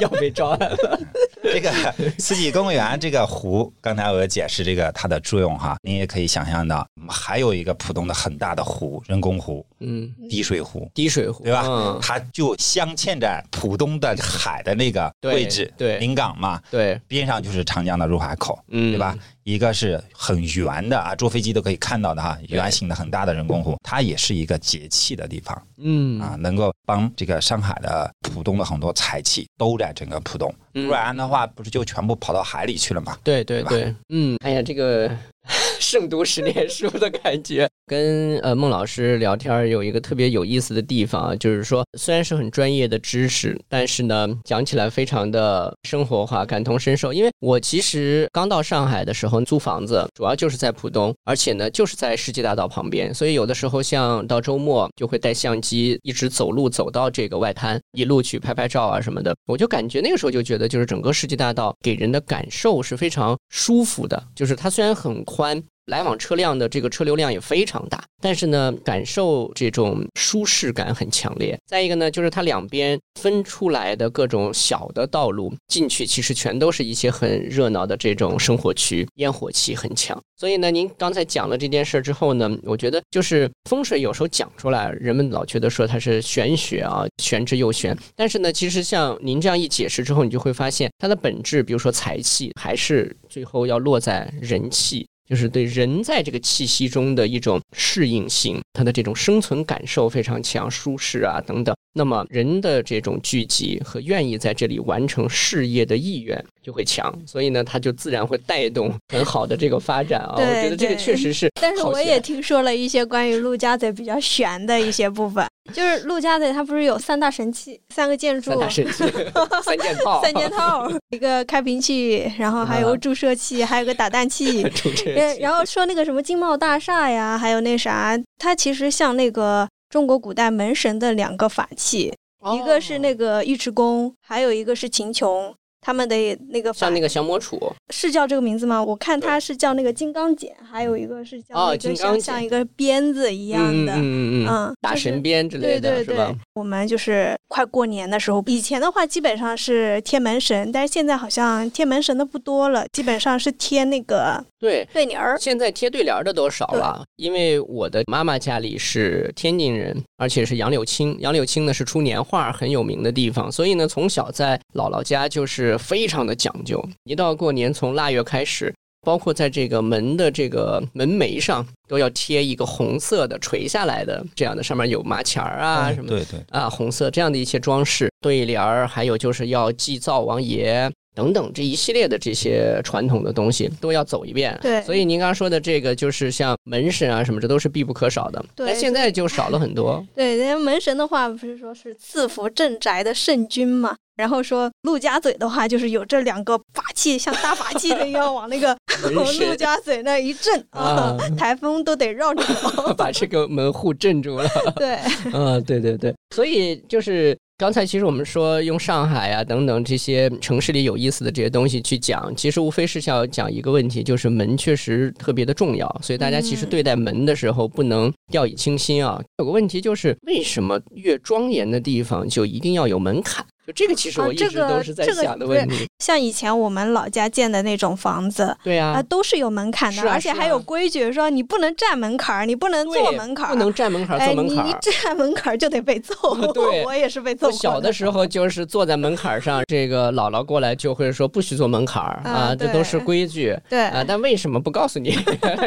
[SPEAKER 2] 要被招安 了，
[SPEAKER 4] 这个四季公园这个湖，刚才我有解释这个它的作用哈，您也可以想象到，我们还有一个浦东的很大的湖，人工湖、
[SPEAKER 2] 嗯，
[SPEAKER 4] 滴水湖。
[SPEAKER 2] 滴水湖，
[SPEAKER 4] 对吧？
[SPEAKER 2] 嗯，
[SPEAKER 4] 它就镶嵌在浦东的海的那个
[SPEAKER 2] 对
[SPEAKER 4] 位置，
[SPEAKER 2] 对
[SPEAKER 4] 临港嘛，
[SPEAKER 2] 对，
[SPEAKER 4] 边上就是长江的入海口，
[SPEAKER 2] 嗯，
[SPEAKER 4] 对吧？？一个是很圆的啊，坐飞机都可以看到的哈，圆形的很大的人工湖，它也是一个节气的地方
[SPEAKER 2] 嗯
[SPEAKER 4] 啊，能够帮这个上海的浦东的很多财气都在整个浦东，
[SPEAKER 2] 嗯
[SPEAKER 4] 不然的话不是就全部跑到海里去了吗？
[SPEAKER 2] 对对
[SPEAKER 4] 对吧
[SPEAKER 2] 对，嗯，哎呀，这个 胜读十年书的感觉，跟呃孟老师聊天儿有一个特别有意思的地方啊，就是说虽然是很专业的知识，但是呢讲起来非常的生活化，感同身受。因为我其实刚到上海的时候租房子，主要就是在浦东，而且呢就是在世纪大道旁边，所以有的时候像到周末就会带相机一直走路走到这个外滩，一路去拍拍照啊什么的。我就感觉那个时候就觉得，就是整个世纪大道给人的感受是非常舒服的，就是它虽然很宽。来往车辆的这个车流量也非常大，但是呢，感受这种舒适感很强烈。再一个呢，就是它两边分出来的各种小的道路进去，其实全都是一些很热闹的这种生活区，烟火气很强。所以呢，您刚才讲了这件事儿之后呢，我觉得就是风水有时候讲出来，人们老觉得说它是玄学啊，玄之又玄。但是呢，其实像您这样一解释之后，你就会发现它的本质，比如说财气，还是最后要落在人气。就是对人在这个气息中的一种适应性，它的这种生存感受非常强，舒适啊等等。那么人的这种聚集和愿意在这里完成事业的意愿就会强，所以呢，它就自然会带动很好的这个发展啊。我
[SPEAKER 3] 对
[SPEAKER 2] 觉得这个
[SPEAKER 3] 对
[SPEAKER 2] 确实是好险，
[SPEAKER 3] 但是我也听说了一些关于陆家嘴比较悬的一些部分，就是陆家嘴，它不是有三大神器，三个建筑
[SPEAKER 2] 三，大神器， 三件套，
[SPEAKER 3] 三件套，一个开瓶器，然后还有
[SPEAKER 2] 嗯，
[SPEAKER 3] 注射器，还有个打蛋器
[SPEAKER 2] 主持
[SPEAKER 3] 然
[SPEAKER 2] 人，
[SPEAKER 3] 然后说那个什么金茂大厦呀，还有那啥，它其实像那个中国古代门神的两个法器，一个是那
[SPEAKER 2] 个
[SPEAKER 3] 个尉迟恭，还有一个是秦琼，他们的那个法
[SPEAKER 2] 像那个降魔杵，
[SPEAKER 3] 是叫这个名字吗？我看它是叫那个金刚剪，还有一个是叫
[SPEAKER 2] 哦
[SPEAKER 3] 那个
[SPEAKER 2] 金
[SPEAKER 3] 像、
[SPEAKER 2] 刚
[SPEAKER 3] 像
[SPEAKER 2] 剪
[SPEAKER 3] 一个鞭子一
[SPEAKER 2] 一
[SPEAKER 3] 样的，
[SPEAKER 2] 嗯嗯嗯嗯，
[SPEAKER 3] 嗯
[SPEAKER 2] 打
[SPEAKER 3] 就是
[SPEAKER 2] 神鞭之类
[SPEAKER 3] 对
[SPEAKER 2] 的
[SPEAKER 3] 对
[SPEAKER 2] 是
[SPEAKER 3] 对
[SPEAKER 2] 吧？，
[SPEAKER 3] 我们就是快过年的时候，以前的话基本上是贴门神，但是现在好像贴门神的不多了，基本上是贴那个
[SPEAKER 2] 对，
[SPEAKER 3] 对联儿。
[SPEAKER 2] 现在贴对联儿的都少了，因为我的妈妈家里是天津人，而且是杨柳青。杨柳青呢是出年画很有名的地方，所以呢从小在姥姥家就是非常的讲究。一到过年，从腊月开始，包括在这个门的这个门楣上都要贴一个红色的垂下来的这样的，上面有麻钱儿啊
[SPEAKER 4] 哎
[SPEAKER 2] 什么的。
[SPEAKER 4] 对对，
[SPEAKER 2] 啊，红色这样的一些装饰对联儿，还有就是要祭灶王爷等等这一系列的这些传统的东西都要走一遍。
[SPEAKER 3] 对
[SPEAKER 2] 所以您刚刚说的这个就是像门神啊什么，这都是必不可少的。
[SPEAKER 3] 对。
[SPEAKER 2] 但现在就少了很多
[SPEAKER 3] 对，人家门神的话不是说是赐福镇宅的圣君嘛？然后说陆家嘴的话，就是有这两个法器，像大法器的一样往那个
[SPEAKER 2] 门
[SPEAKER 3] 陆
[SPEAKER 2] 神
[SPEAKER 3] 家嘴那一震
[SPEAKER 2] 啊。
[SPEAKER 3] 啊，台风都得绕着跑
[SPEAKER 2] 把这个门户镇住了。
[SPEAKER 3] 对，
[SPEAKER 2] 嗯，对对对，所以就是刚才其实我们说用上海啊等等这些城市里有意思的这些东西去讲，其实无非是想讲一个问题，就是门确实特别的重要，所以大家其实
[SPEAKER 3] 嗯
[SPEAKER 2] 对待门的时候不能掉以轻心啊。有个问题就是为什么越庄严的地方就一定要有门槛？就这个其实
[SPEAKER 3] 啊
[SPEAKER 2] 我一
[SPEAKER 3] 这
[SPEAKER 2] 直
[SPEAKER 3] 个
[SPEAKER 2] 都是在
[SPEAKER 3] 这个
[SPEAKER 2] 想的
[SPEAKER 3] 不是
[SPEAKER 2] 问题。
[SPEAKER 3] 像以前我们老家建的那种房子，
[SPEAKER 2] 对
[SPEAKER 3] 啊，
[SPEAKER 2] 啊。
[SPEAKER 3] 都是有门槛的，
[SPEAKER 2] 是啊
[SPEAKER 3] 而且
[SPEAKER 2] 是啊
[SPEAKER 3] 还有规矩，说你不能站门槛儿，你不能坐
[SPEAKER 2] 对
[SPEAKER 3] 门槛儿，
[SPEAKER 2] 不能站门槛儿，
[SPEAKER 3] 哎，
[SPEAKER 2] 坐门
[SPEAKER 3] 你
[SPEAKER 2] 槛
[SPEAKER 3] 一
[SPEAKER 2] 儿。。
[SPEAKER 3] 站门槛儿就得被揍
[SPEAKER 2] 对
[SPEAKER 3] 我也是被揍
[SPEAKER 2] 我
[SPEAKER 3] 过。
[SPEAKER 2] 小的时，候就是坐在门槛儿上，这个姥姥过来就会说不许坐门槛儿
[SPEAKER 3] 啊
[SPEAKER 2] 啊，这都是
[SPEAKER 3] 对
[SPEAKER 2] 规矩。
[SPEAKER 3] 对，
[SPEAKER 2] 啊，但为什么不告诉你？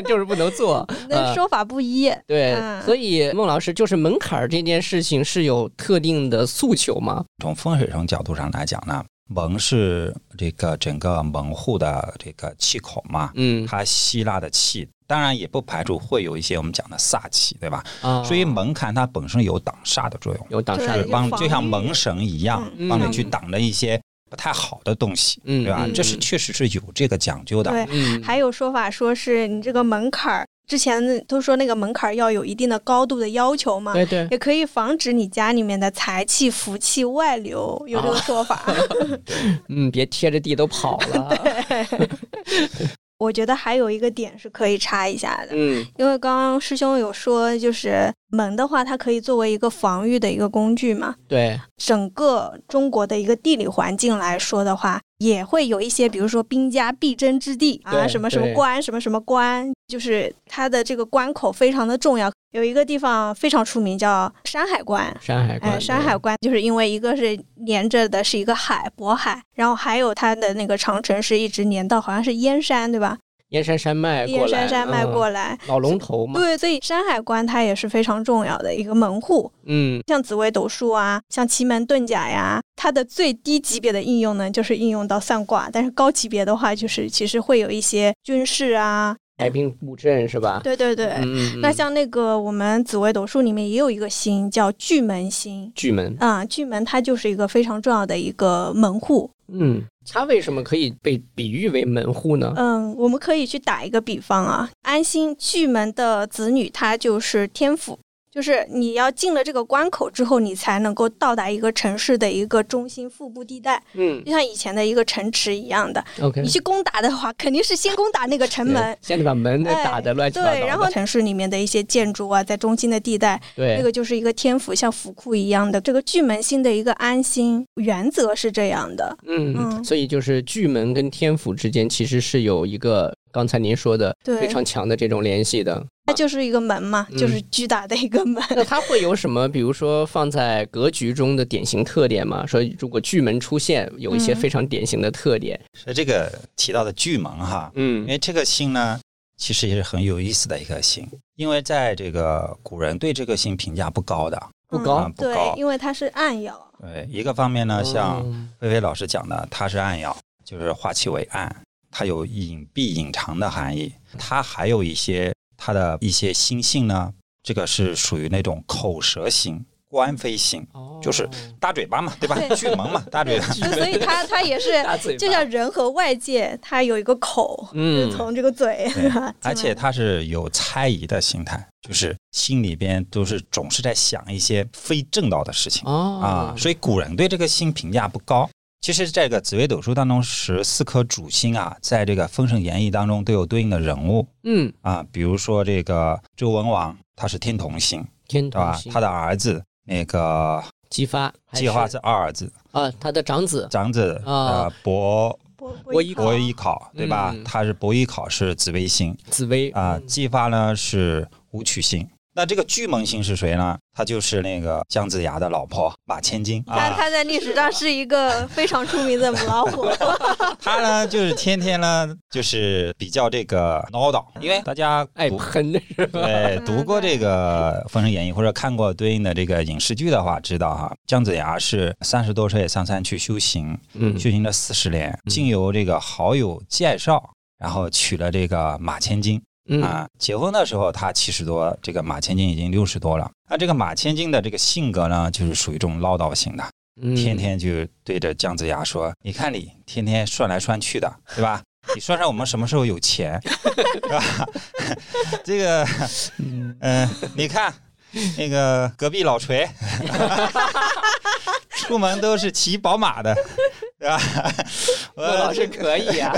[SPEAKER 2] 就是不能 做。
[SPEAKER 3] 那
[SPEAKER 2] 啊
[SPEAKER 3] 说法不一。
[SPEAKER 2] 对，
[SPEAKER 3] 嗯
[SPEAKER 2] 所以孟老师就是门槛儿这件事情是有特定的诉求吗？
[SPEAKER 4] 从风水上角度上来讲呢，门是这个整个门户的这个气孔嘛，
[SPEAKER 2] 嗯
[SPEAKER 4] 它吸纳的气，当然也不排除会有一些我们讲的煞气，对吧？
[SPEAKER 2] 啊，
[SPEAKER 4] 所以门槛它本身有挡煞的作用，
[SPEAKER 2] 有挡煞
[SPEAKER 3] 对
[SPEAKER 4] 是
[SPEAKER 2] 的
[SPEAKER 3] 有
[SPEAKER 2] 帮
[SPEAKER 4] 帮
[SPEAKER 2] 助。
[SPEAKER 3] 防
[SPEAKER 4] 就像
[SPEAKER 3] 御
[SPEAKER 4] 门神一样，
[SPEAKER 2] 嗯
[SPEAKER 4] 帮你去挡着一些不太好的东西，
[SPEAKER 2] 嗯
[SPEAKER 4] 对吧？
[SPEAKER 3] 嗯
[SPEAKER 4] 这是确实是有这个讲究的。
[SPEAKER 3] 对，
[SPEAKER 2] 嗯，
[SPEAKER 3] 还有说法说是你这个门槛儿，之前都说那个门槛儿要有一定的高度的要求嘛。
[SPEAKER 2] 对对，
[SPEAKER 3] 也可以防止你家里面的财气、福气外流，有这个说法。
[SPEAKER 2] 啊嗯，别贴着地都跑了。
[SPEAKER 3] 我觉得还有一个点是可以插一下的，
[SPEAKER 2] 嗯
[SPEAKER 3] 因为刚刚师兄有说，就是门的话，它可以作为一个防御的一个工具嘛。
[SPEAKER 2] 对，
[SPEAKER 3] 整个中国的一个地理环境来说的话，也会有一些，比如说兵家必争之地啊，
[SPEAKER 2] 对
[SPEAKER 3] 什么什么
[SPEAKER 2] 对
[SPEAKER 3] 关，什么什么关，就是它的这个关口非常的重要。有一个地方非常出名，叫山海关。
[SPEAKER 2] 山海关
[SPEAKER 3] 哎，
[SPEAKER 2] 对，
[SPEAKER 3] 山海关就是因为一个是连着的是一个海，渤海，然后还有它的那个长城是一直连到好像是燕山，对吧？
[SPEAKER 2] 燕山山脉过来，
[SPEAKER 3] 燕山山脉
[SPEAKER 2] 嗯
[SPEAKER 3] 过来，
[SPEAKER 2] 老龙头嘛。
[SPEAKER 3] 对，所以山海关它也是非常重要的一个门户，
[SPEAKER 2] 嗯，
[SPEAKER 3] 像紫微斗数啊，像奇门遁甲呀，它的最低级别的应用呢，就是应用到算卦，但是高级别的话，就是其实会有一些军事啊，
[SPEAKER 2] 排兵布阵是吧？
[SPEAKER 3] 对对对。
[SPEAKER 2] 嗯，嗯
[SPEAKER 3] 那
[SPEAKER 2] 嗯
[SPEAKER 3] 像那个我们紫微斗数里面也有一个星叫巨门星，
[SPEAKER 2] 巨门，
[SPEAKER 3] 啊、巨门它就是一个非常重要的一个门户。
[SPEAKER 2] 嗯，它为什么可以被比喻为门户呢？
[SPEAKER 3] 嗯，我们可以去打一个比方啊，安心巨门的子女，他就是天府，就是你要进了这个关口之后，你才能够到达一个城市的一个中心腹部地带，
[SPEAKER 2] 嗯
[SPEAKER 3] 就像以前的一个城池一样的。
[SPEAKER 2] ，OK，
[SPEAKER 3] 你去攻打的话，肯定是先攻打那个城
[SPEAKER 2] 对
[SPEAKER 3] 门，
[SPEAKER 2] 现在把门给
[SPEAKER 3] 哎
[SPEAKER 2] 打的乱七八糟的。
[SPEAKER 3] 对，然后城市里面的一些建筑啊，在中心的地带，
[SPEAKER 2] 对
[SPEAKER 3] 那个就是一个天府，像府库一样的这个巨门星的一个安心，原则是这样的。
[SPEAKER 2] 嗯，
[SPEAKER 3] 嗯
[SPEAKER 2] 所以就是巨门跟天府之间其实是有一个刚才您说的
[SPEAKER 3] 对
[SPEAKER 2] 非常强的这种联系的。
[SPEAKER 3] 它就是一个门嘛，
[SPEAKER 2] 嗯
[SPEAKER 3] 就是巨大的一个门。
[SPEAKER 2] 那它会有什么，比如说放在格局中的典型特点吗？说如果巨门出现，有一些
[SPEAKER 3] 嗯
[SPEAKER 2] 非常典型的特点。
[SPEAKER 4] 是这个提到的巨门哈，
[SPEAKER 2] 嗯
[SPEAKER 4] 因为这个星呢，其实也是很有意思的一个星，因为在这个古人对这个星评价不高的。
[SPEAKER 2] 不高
[SPEAKER 4] 嗯不
[SPEAKER 3] 对
[SPEAKER 4] 高，
[SPEAKER 3] 因为它是暗爻，
[SPEAKER 4] 对，一个方面呢，啊像
[SPEAKER 2] 嗯
[SPEAKER 4] 菲菲老师讲的，它是暗爻，就是化气为暗，它有隐蔽、隐藏的含义。它还有一些它的一些星性呢，这个是属于那种口舌星、官飞行，
[SPEAKER 2] 哦
[SPEAKER 4] 就是大嘴巴嘛，对吧？
[SPEAKER 3] 对
[SPEAKER 4] 巨萌嘛，大嘴巴。
[SPEAKER 3] 就 所以它它也是
[SPEAKER 2] 大嘴巴
[SPEAKER 3] 就像人和外界，它有一个口，
[SPEAKER 2] 嗯
[SPEAKER 3] 就从这个嘴，
[SPEAKER 4] 对而且它是有猜疑的心态，就是心里边都是总是在想一些非正道的事情
[SPEAKER 2] 哦
[SPEAKER 4] 啊，所以古人对这个星评价不高。其实，这个紫微斗数当中，十四颗主星啊，在这个《封神演义》当中都有对应的人物
[SPEAKER 2] 嗯，
[SPEAKER 4] 啊，比如说这个周文王，他是天同星，
[SPEAKER 2] 天
[SPEAKER 4] 对
[SPEAKER 2] 同
[SPEAKER 4] 吧？
[SPEAKER 2] 星
[SPEAKER 4] 他的儿子那个
[SPEAKER 2] 姬发还
[SPEAKER 4] 姬发
[SPEAKER 2] 是
[SPEAKER 4] 是二儿子，
[SPEAKER 2] 啊，他的长子
[SPEAKER 4] 长子
[SPEAKER 2] 啊
[SPEAKER 4] 呃伯
[SPEAKER 3] 博
[SPEAKER 2] 我一
[SPEAKER 4] 伯邑考，对吧
[SPEAKER 2] 嗯？
[SPEAKER 4] 他是伯邑考是紫微星，
[SPEAKER 2] 紫薇
[SPEAKER 4] 啊，
[SPEAKER 2] 嗯
[SPEAKER 4] 姬发呢是武曲星。那这个巨萌星是谁呢？他就是那个姜子牙的老婆马千金
[SPEAKER 3] 它
[SPEAKER 4] 啊。
[SPEAKER 3] 它在历史上是一个非常出名的母 老虎，
[SPEAKER 4] 他呢就是天天呢就是比较这个唠叨，因
[SPEAKER 2] 嗯
[SPEAKER 4] 为大家
[SPEAKER 2] 爱
[SPEAKER 4] 读
[SPEAKER 2] 喷的是吧？
[SPEAKER 4] 对读过这个《封神演义》或者看过对应的这个影视剧的话，知道哈，姜子牙是三十多岁上山去修行，
[SPEAKER 2] 嗯
[SPEAKER 4] 修行了四十年，
[SPEAKER 2] 嗯
[SPEAKER 4] 经由这个好友介绍，然后娶了这个马千金。
[SPEAKER 2] 嗯
[SPEAKER 4] 啊，结婚的时候他七十多，这个马千金已经六十多了。那这个马千金的这个性格呢，就是属于这种唠叨型的，
[SPEAKER 2] 嗯
[SPEAKER 4] 天天就对着姜子牙说：“你看你天天算来算去的，对吧？你算算我们什么时候有钱，对吧？ 这个，嗯、你看那个隔壁老锤， 出门都是骑宝马的，对吧？我
[SPEAKER 2] 莫老师可以 啊，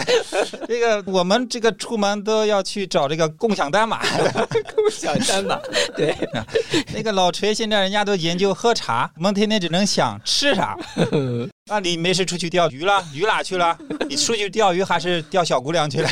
[SPEAKER 4] 这个我们这个出门都要去找这个共享单马。”
[SPEAKER 2] 不想单吧？ 对，
[SPEAKER 4] 那个老锤现在人家都研究喝茶，我们天天只能想吃啥。那你没事出去钓鱼了？鱼哪 去了？你出去钓鱼还是钓小姑娘去了？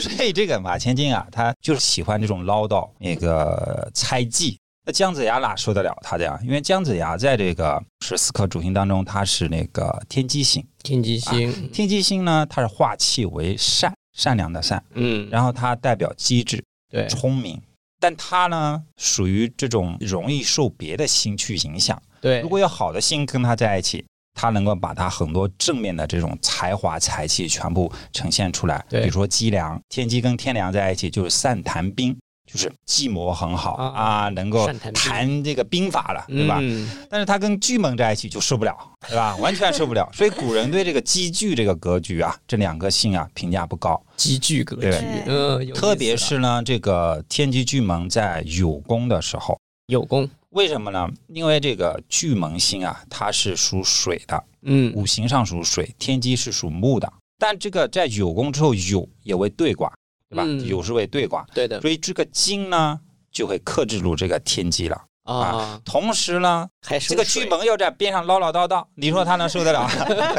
[SPEAKER 4] 所以这个马千金啊，他就是喜欢这种唠叨，那个猜忌。那姜子牙哪受得了他这样？因为姜子牙在这个十四颗主星当中，他是那个天机星。
[SPEAKER 2] 天机星，
[SPEAKER 4] 天机星呢，它是化气为善，善良的善，
[SPEAKER 2] 嗯，
[SPEAKER 4] 然后它代表机智，
[SPEAKER 2] 对，
[SPEAKER 4] 聪明，但他呢属于这种容易受别的心去影响。
[SPEAKER 2] 对，
[SPEAKER 4] 如果有好的心跟他在一起，他能够把他很多正面的这种才华才气全部呈现出来。
[SPEAKER 2] 对
[SPEAKER 4] 比如说机梁，天机跟天梁在一起就是善谈兵，就是计谋很好
[SPEAKER 2] 啊
[SPEAKER 4] 啊，能够
[SPEAKER 2] 善谈兵
[SPEAKER 4] 谈这个兵法了，对吧？
[SPEAKER 2] 嗯
[SPEAKER 4] 但是他跟巨蟒在一起就受不了，对吧？ 完全受不了。所以古人对这个机巨这个格局啊，这两个性啊评价不高。
[SPEAKER 2] 极具格局
[SPEAKER 4] 对，
[SPEAKER 2] 嗯，有意思了
[SPEAKER 4] 特别是呢，这个天机巨蟒在有功的时候，
[SPEAKER 2] 有功，
[SPEAKER 4] 为什么呢？因为这个巨蟒星啊，它是属水的，
[SPEAKER 2] 嗯，
[SPEAKER 4] 五行上属水，天机是属木的。但这个在有功之后，有也为兑卦，对吧？
[SPEAKER 2] 嗯
[SPEAKER 4] 有是为兑卦，
[SPEAKER 2] 对的
[SPEAKER 4] 所以这个金呢就会克制住这个天机了。
[SPEAKER 2] 啊，
[SPEAKER 4] 同时呢，
[SPEAKER 2] 还
[SPEAKER 4] 这
[SPEAKER 2] 是
[SPEAKER 4] 个巨啊蟒又在边上唠唠叨叨，你说他能受得了？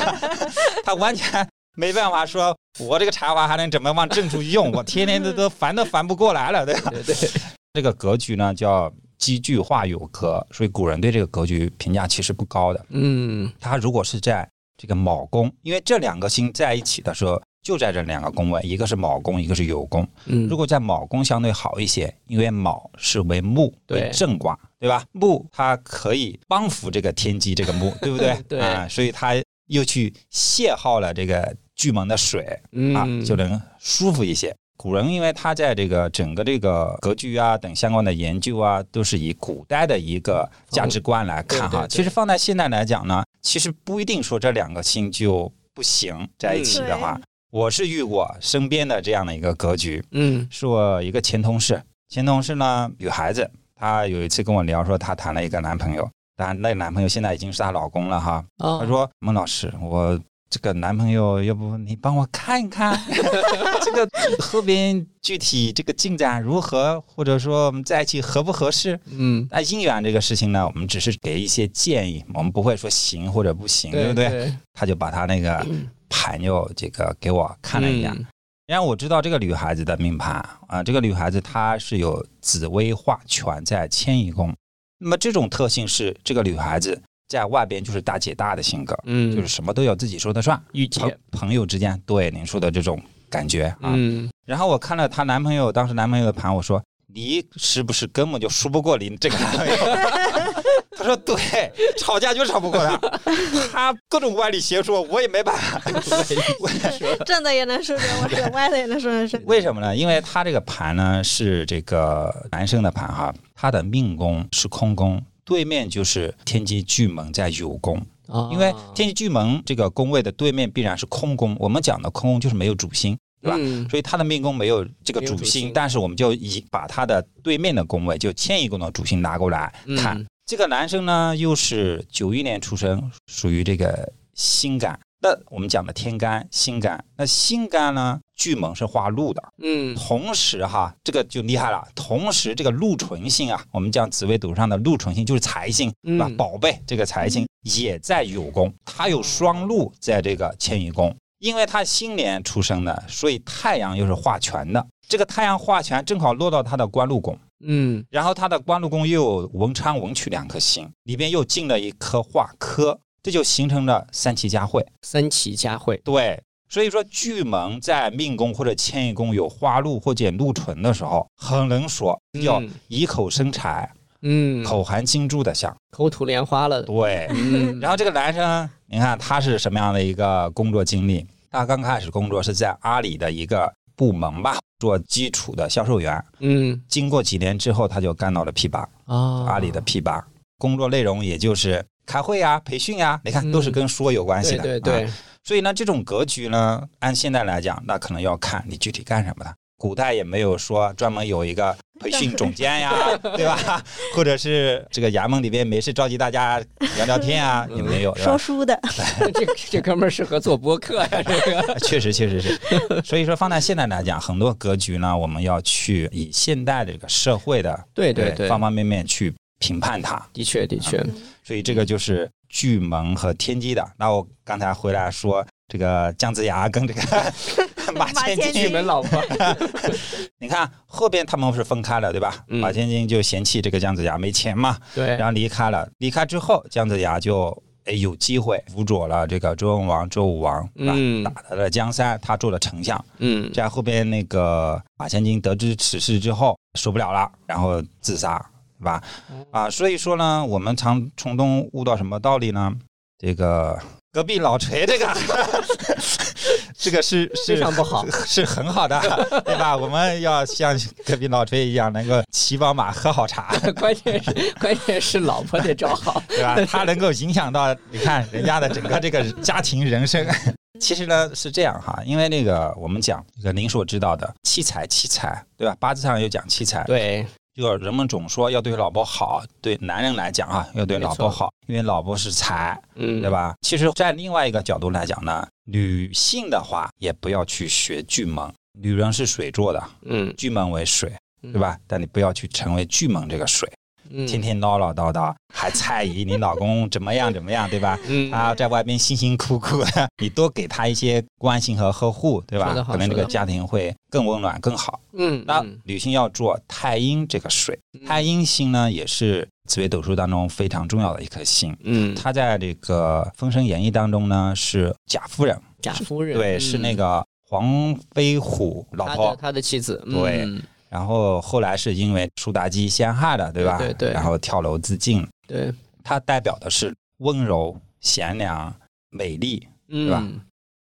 [SPEAKER 4] 他完全没办法说，我这个才华还能怎么往正处用？我天天都都烦都烦不过来了，对吧？
[SPEAKER 2] 对对，
[SPEAKER 4] 这个格局呢叫积聚化有格，所以古人对这个格局评价其实不高的。
[SPEAKER 2] 嗯，
[SPEAKER 4] 它如果是在这个卯宫，因为这两个星在一起的时候，就在这两个宫位，一个是卯宫，一个是酉宫。
[SPEAKER 2] 嗯，
[SPEAKER 4] 如果在卯宫相对好一些，因为卯是为木，
[SPEAKER 2] 对
[SPEAKER 4] 为正卦，对吧？木它可以帮扶这个天机这个木，对不对
[SPEAKER 2] ？对
[SPEAKER 4] 啊，所以它又去泄耗了这个巨蟒的水，啊，
[SPEAKER 2] 嗯
[SPEAKER 4] 就能舒服一些。古人因为他在这个整个这个格局啊等相关的研究啊，都是以古代的一个价值观来看
[SPEAKER 2] 对对对
[SPEAKER 4] 哈。其实放在现在来讲呢，其实不一定说这两个星就不行在一起的话
[SPEAKER 3] 嗯，
[SPEAKER 4] 我是遇过身边的这样的一个格局，
[SPEAKER 2] 嗯
[SPEAKER 4] 是我一个前同事，前同事呢有孩子，她有一次跟我聊说她谈了一个男朋友，当然那个男朋友现在已经是她老公了哈，
[SPEAKER 2] 啊，
[SPEAKER 4] 她说：“孟老师，我这个男朋友，要不你帮我看一看 这个后边具体这个进展如何，或者说我们在一起合不合适？”
[SPEAKER 2] 嗯，
[SPEAKER 4] 那姻缘这个事情呢，我们只是给一些建议，我们不会说行或者不行，对
[SPEAKER 2] 对
[SPEAKER 4] 不对？她就把她那 个盘又这个给我看了一眼，，然后我知道这个女孩子的命盘啊、这个女孩子她是有紫薇化权在迁移宫，那么这种特性是这个女孩子在外边就是大姐大的性格，
[SPEAKER 2] 嗯，
[SPEAKER 4] 就是什么都要自己说的算，
[SPEAKER 2] 御
[SPEAKER 4] 朋
[SPEAKER 2] 姐，
[SPEAKER 4] 朋友之间对您说的这种感觉啊。
[SPEAKER 2] 嗯，
[SPEAKER 4] 然后我看了她男朋友当时男朋友的盘，我说你是不是根本就输不过你这个男朋友？ 他说对，吵架就吵不过他，他各种歪理邪说，我也没办 法。我也 说
[SPEAKER 3] 正的也能说成我是，歪的也能 说成是。
[SPEAKER 4] 为什么呢？因为他这个盘呢是这个男生的盘哈，他的命宫是空宫，对面就是天机巨盟在有功，
[SPEAKER 2] 啊，
[SPEAKER 4] 因为天机巨盟这个宫位的对面必然是空宫，我们讲的空宫就是没有主星，对吧？
[SPEAKER 2] 嗯
[SPEAKER 4] 所以他的命宫没有这个
[SPEAKER 2] 没有
[SPEAKER 4] 主
[SPEAKER 2] 主
[SPEAKER 4] 星，
[SPEAKER 2] 星
[SPEAKER 4] 但是我们就以把他的对面的宫位就迁移宫的主星拿过来看。
[SPEAKER 2] 嗯
[SPEAKER 4] 这个男生呢，又是九一年出生，属于这个心肝。那我们讲的天干、心肝，那心肝呢，巨猛是化禄的，
[SPEAKER 2] 嗯
[SPEAKER 4] 同时哈，这个就厉害了。同时，这个禄存星啊，我们讲紫微斗数上的禄存星就是财星，
[SPEAKER 2] 嗯
[SPEAKER 4] 对吧？宝贝，这个财星也在有宫，它有双禄在这个迁移宫，因为它新年出生的，所以太阳又是化权的。这个太阳化权正好落到它的官禄宫，
[SPEAKER 2] 嗯
[SPEAKER 4] 然后它的官禄宫又有文昌、文曲两颗星，里边又进了一颗化科，这就形成了三奇佳会。
[SPEAKER 2] 三奇佳慧，
[SPEAKER 4] 对，所以说巨门在命宫或者迁移宫有花禄或者禄存的时候，很能说，要
[SPEAKER 2] 嗯
[SPEAKER 4] 以口生财，
[SPEAKER 2] 嗯，
[SPEAKER 4] 口含金珠的相。
[SPEAKER 2] 口吐莲花了，
[SPEAKER 4] 对，
[SPEAKER 2] 嗯，
[SPEAKER 4] 然后这个男生，你看他是什么样的一个工作经历？他刚开始工作是在阿里的一个部门吧，做基础的销售员。
[SPEAKER 2] 嗯
[SPEAKER 4] 经过几年之后，他就干到了 P 八，
[SPEAKER 2] 啊，
[SPEAKER 4] 阿里的 P 八，工作内容也就是开会呀、培训呀，你看都是
[SPEAKER 2] 嗯
[SPEAKER 4] 跟说有关系
[SPEAKER 2] 对
[SPEAKER 4] 的。
[SPEAKER 2] 对
[SPEAKER 4] 啊
[SPEAKER 2] 对，
[SPEAKER 4] 所以呢，这种格局呢，按现在来讲，那可能要看你具体干什么的。古代也没有说专门有一个培训总监呀，对吧？或者是这个衙门里边没事召集大家聊聊天啊，也没有，对
[SPEAKER 3] 说
[SPEAKER 4] 吧？
[SPEAKER 3] 书的，
[SPEAKER 2] 这这哥们儿适合做播客呀，这个，
[SPEAKER 4] 确实，确实是。所以说，放在现在来讲，很多格局呢，我们要去以现代的这个社会的
[SPEAKER 2] 对对对，
[SPEAKER 4] 方方面面去评判它。
[SPEAKER 2] 的确的 确，
[SPEAKER 4] 所以这个就是巨门和天机的。那我刚才回来说，这个姜子牙跟这个 马
[SPEAKER 3] 马
[SPEAKER 4] 千
[SPEAKER 3] 千
[SPEAKER 4] 金
[SPEAKER 2] 你们 老婆，
[SPEAKER 4] 你看后边他们是分开了，对吧？
[SPEAKER 2] 嗯哎
[SPEAKER 4] 马千金就嫌弃这个姜子牙没钱嘛，
[SPEAKER 2] 对
[SPEAKER 4] 然，后离开了。离开之后，姜子牙就哎有机会辅佐了这个周文王、周武王，对吧？
[SPEAKER 2] 嗯
[SPEAKER 4] 打他的江山，他做了丞相。
[SPEAKER 2] 嗯
[SPEAKER 4] 在后边那个马千金得知此事之后，受不了了，然后自杀，对吧？啊，所以说呢，我们常从中悟到什么道理呢？这个隔壁老锤，这个 这个是是
[SPEAKER 2] 非常不好，
[SPEAKER 4] 是很好的，对吧？我们要像隔壁老锤一样，能够骑宝马喝好茶，
[SPEAKER 2] 关键是关键是老婆得找 好，
[SPEAKER 4] 对吧？它能够影响到你看人家的整个这个家庭人生。 其实呢是这样哈，因为那个我们讲这个您所知道的七财七财，对吧？八字上有讲七财，
[SPEAKER 2] 对，
[SPEAKER 4] 就人们总说要对老婆好，对男人来讲啊要对老婆好，因为老婆是财，
[SPEAKER 2] 嗯，
[SPEAKER 4] 对？吧？其实，在另外一个角度来讲呢，女性的话也不要去学巨门，女人是水做的，
[SPEAKER 2] 嗯，
[SPEAKER 4] 巨门为水，对吧？但你不要去成为巨门这个水。
[SPEAKER 2] 嗯？
[SPEAKER 4] 天天唠唠叨叨，还猜疑你老公怎么样怎么样，对吧？
[SPEAKER 2] 嗯
[SPEAKER 4] 啊，在外边辛辛苦苦的，你多给他一些关心和呵护，对吧
[SPEAKER 2] 说得？好
[SPEAKER 4] 可能这
[SPEAKER 2] 说
[SPEAKER 4] 个
[SPEAKER 2] 得好
[SPEAKER 4] 家庭会更温暖、更好。
[SPEAKER 2] 嗯，
[SPEAKER 4] 那
[SPEAKER 2] 嗯
[SPEAKER 4] 女性要做太阴这个水，太阴星呢也是紫微斗数当中非常重要的一颗星。
[SPEAKER 2] 嗯，
[SPEAKER 4] 它在这个《封神演义》当中呢是贾夫人，
[SPEAKER 2] 贾夫人
[SPEAKER 4] 对，是那个黄飞虎老
[SPEAKER 2] 嗯他
[SPEAKER 4] 婆
[SPEAKER 2] 的，他的妻子，
[SPEAKER 4] 对
[SPEAKER 2] 嗯
[SPEAKER 4] 然后后来是因为苏妲己陷害的，对吧？
[SPEAKER 2] 对对对
[SPEAKER 4] 然后跳楼自尽，
[SPEAKER 2] 对，
[SPEAKER 4] 它代表的是温柔、贤良、美丽，
[SPEAKER 2] 嗯，
[SPEAKER 4] 吧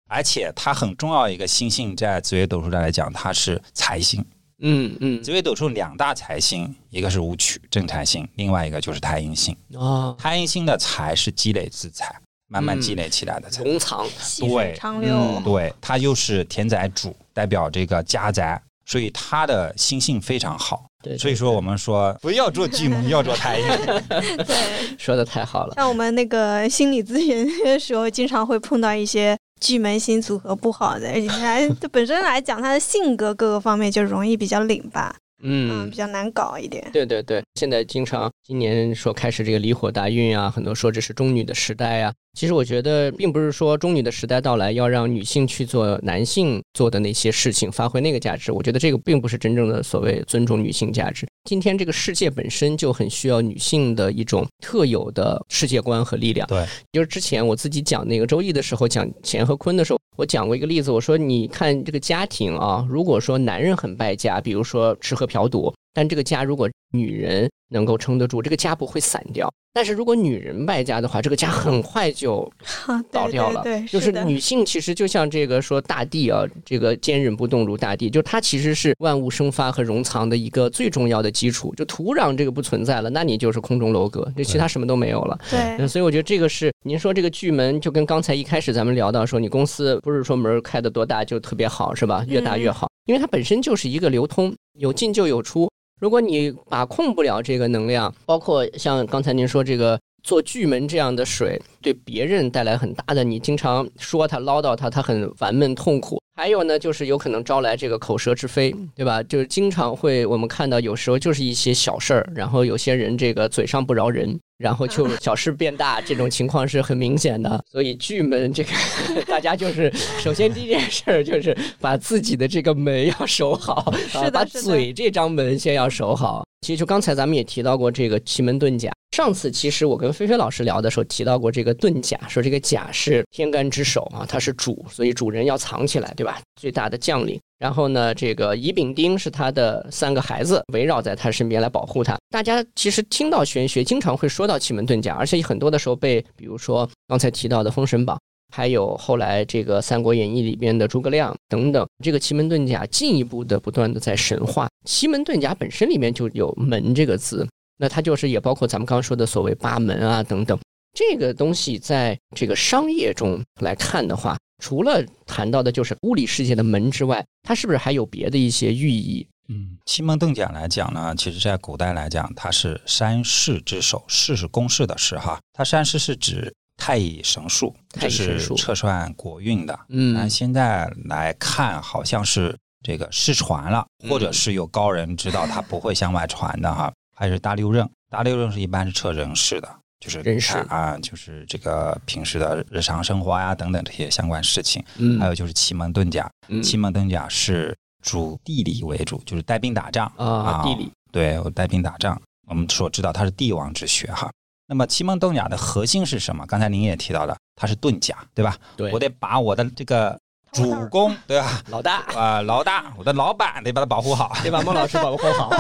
[SPEAKER 4] 而且它很重要一个星性，在紫微斗数上来讲，它是财星。
[SPEAKER 2] 嗯嗯
[SPEAKER 4] 紫微斗数两大财星，一个是武曲正财星，另外一个就是太阴星。
[SPEAKER 2] 啊，
[SPEAKER 4] 太阴星的财是积累之财，慢慢积累起来的财。
[SPEAKER 2] 冗藏，
[SPEAKER 3] 细水
[SPEAKER 4] 对，
[SPEAKER 3] 长
[SPEAKER 2] 嗯
[SPEAKER 3] 流，
[SPEAKER 4] 对，它又是田宅主，代表这个家宅，所以它的心性非常好。
[SPEAKER 2] 对，
[SPEAKER 4] 所以说，我们说不要做巨门，要做 太阴。
[SPEAKER 2] 嗯
[SPEAKER 3] 对，
[SPEAKER 2] 说的太好了，
[SPEAKER 3] 像我们那个心理咨询的时候，经常会碰到一些巨门星组合不好的，而且他就本身来讲，他的性格各个方面就容易比较拧巴，嗯，
[SPEAKER 2] 嗯
[SPEAKER 3] 比。较难搞一点。
[SPEAKER 2] 对对对，现在经常今年说开始这个离火大运啊，很多说这是中女的时代啊。其实我觉得，并不是说中女的时代到来要让女性去做男性做的那些事情，发挥那个价值。我觉得这个并不是真正的所谓尊重女性价值。今天这个世界本身就很需要女性的一种特有的世界观和力量。
[SPEAKER 4] 对，
[SPEAKER 2] 就是之前我自己讲那个周易的时候，讲乾和坤的时候，我讲过一个例子，我说你看这个家庭啊，如果说男人很败家，比如说吃喝嫖赌，但这个家如果女人能够撑得住，这个家不会散掉。但是如果女人败家的话，这个家很快就
[SPEAKER 3] 哈
[SPEAKER 2] 倒
[SPEAKER 3] 对
[SPEAKER 2] 掉了。
[SPEAKER 3] 对对，
[SPEAKER 2] 就是
[SPEAKER 3] 的
[SPEAKER 2] 女性其实就像这个说大地啊，这个坚韧不动如大地，就它其实是万物生发和荣藏的一个最重要的基础。就土壤这个不存在了，那你就是空中楼阁，就其他什么都没有了。嗯，
[SPEAKER 3] 对
[SPEAKER 2] 所以我觉得这个是您说这个巨门，就跟刚才一开始咱们聊到说，你公司不是说门儿开的多大就特别好是吧？越大越好，因为它本身就是一个流通，有进就有出。如果你把控不了这个能量，包括像刚才您说这个做巨门这样的水，对别人带来很大的，你经常说他唠叨他，他很烦闷痛苦。还有呢，就是有可能招来这个口舌之非，
[SPEAKER 3] 嗯
[SPEAKER 2] 对吧？就是经常会我们看到，有时候就是一些小事儿，然后有些人这个嘴上不饶人，然后就小事变大，这种情况是很明显 的。所以巨门这个， 大家就是首先第一件事儿就是把自己的这个门要守好，
[SPEAKER 3] 是
[SPEAKER 2] 啊
[SPEAKER 3] 的
[SPEAKER 2] 把
[SPEAKER 3] 是的
[SPEAKER 2] 嘴这张门先要守好。其实就刚才咱们也提到过这个奇门遁甲，上次其实我跟菲菲老师聊的时候提到过这个遁甲，说这个甲是天干之首啊，它是主，所以主人要藏起来，对吧？最大的将领。然后呢，这个乙丙丁是他的三个孩子，围绕在他身边来保护他。大家其实听到玄学，经常会说到奇门遁甲，而且很多的时候被，比如说刚才提到的《封神榜》。还有后来这个《三国演义》里边的诸葛亮等等，这个奇门遁甲进一步的不断的在神化。奇门遁甲本身里面就有“门”这个字，那它就是也包括咱们刚刚说的所谓八门啊等等。这个东西在这个商业中来看的话，除了谈到的就是物理世界的门之外，它是不是还有别的一些寓意？
[SPEAKER 1] 嗯，
[SPEAKER 4] 奇门遁甲来讲呢，其实在古代来讲，它是山氏之首，氏是公氏的氏哈，它山氏是指太乙神术，
[SPEAKER 2] 太
[SPEAKER 4] 这
[SPEAKER 2] 乙神
[SPEAKER 4] 是
[SPEAKER 2] 术
[SPEAKER 4] 测算国运的。
[SPEAKER 2] 嗯
[SPEAKER 4] 但，现在来看，好像是这个失传了，
[SPEAKER 2] 嗯
[SPEAKER 4] 或者是有高人知道它不会向外传的哈。还是大六壬，大六壬是一般是测人事的，就是
[SPEAKER 2] 人事
[SPEAKER 4] 看啊，就是这个平时的日常生活呀、等等这些相关事情。
[SPEAKER 2] 嗯
[SPEAKER 4] 还有就是奇门遁甲，
[SPEAKER 2] 嗯
[SPEAKER 4] 奇门遁甲是主地理为主，就是带兵打仗
[SPEAKER 2] 啊地理。
[SPEAKER 4] 对，我带兵打仗，我们所知道它是帝王之学哈。那么奇门遁甲的核心是什么？刚才您也提到了，它是遁甲，对吧？
[SPEAKER 2] 对
[SPEAKER 4] 我得把我的这个
[SPEAKER 3] 头脑
[SPEAKER 4] 主 公，对吧？
[SPEAKER 2] 老大，
[SPEAKER 4] 啊、老大，我的老板得把他保 护好，
[SPEAKER 2] 对吧？孟老师保护 好，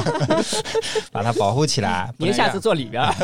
[SPEAKER 4] 把他保护起来。不
[SPEAKER 2] 您
[SPEAKER 4] 能
[SPEAKER 2] 下
[SPEAKER 4] 让
[SPEAKER 2] 次坐里边儿。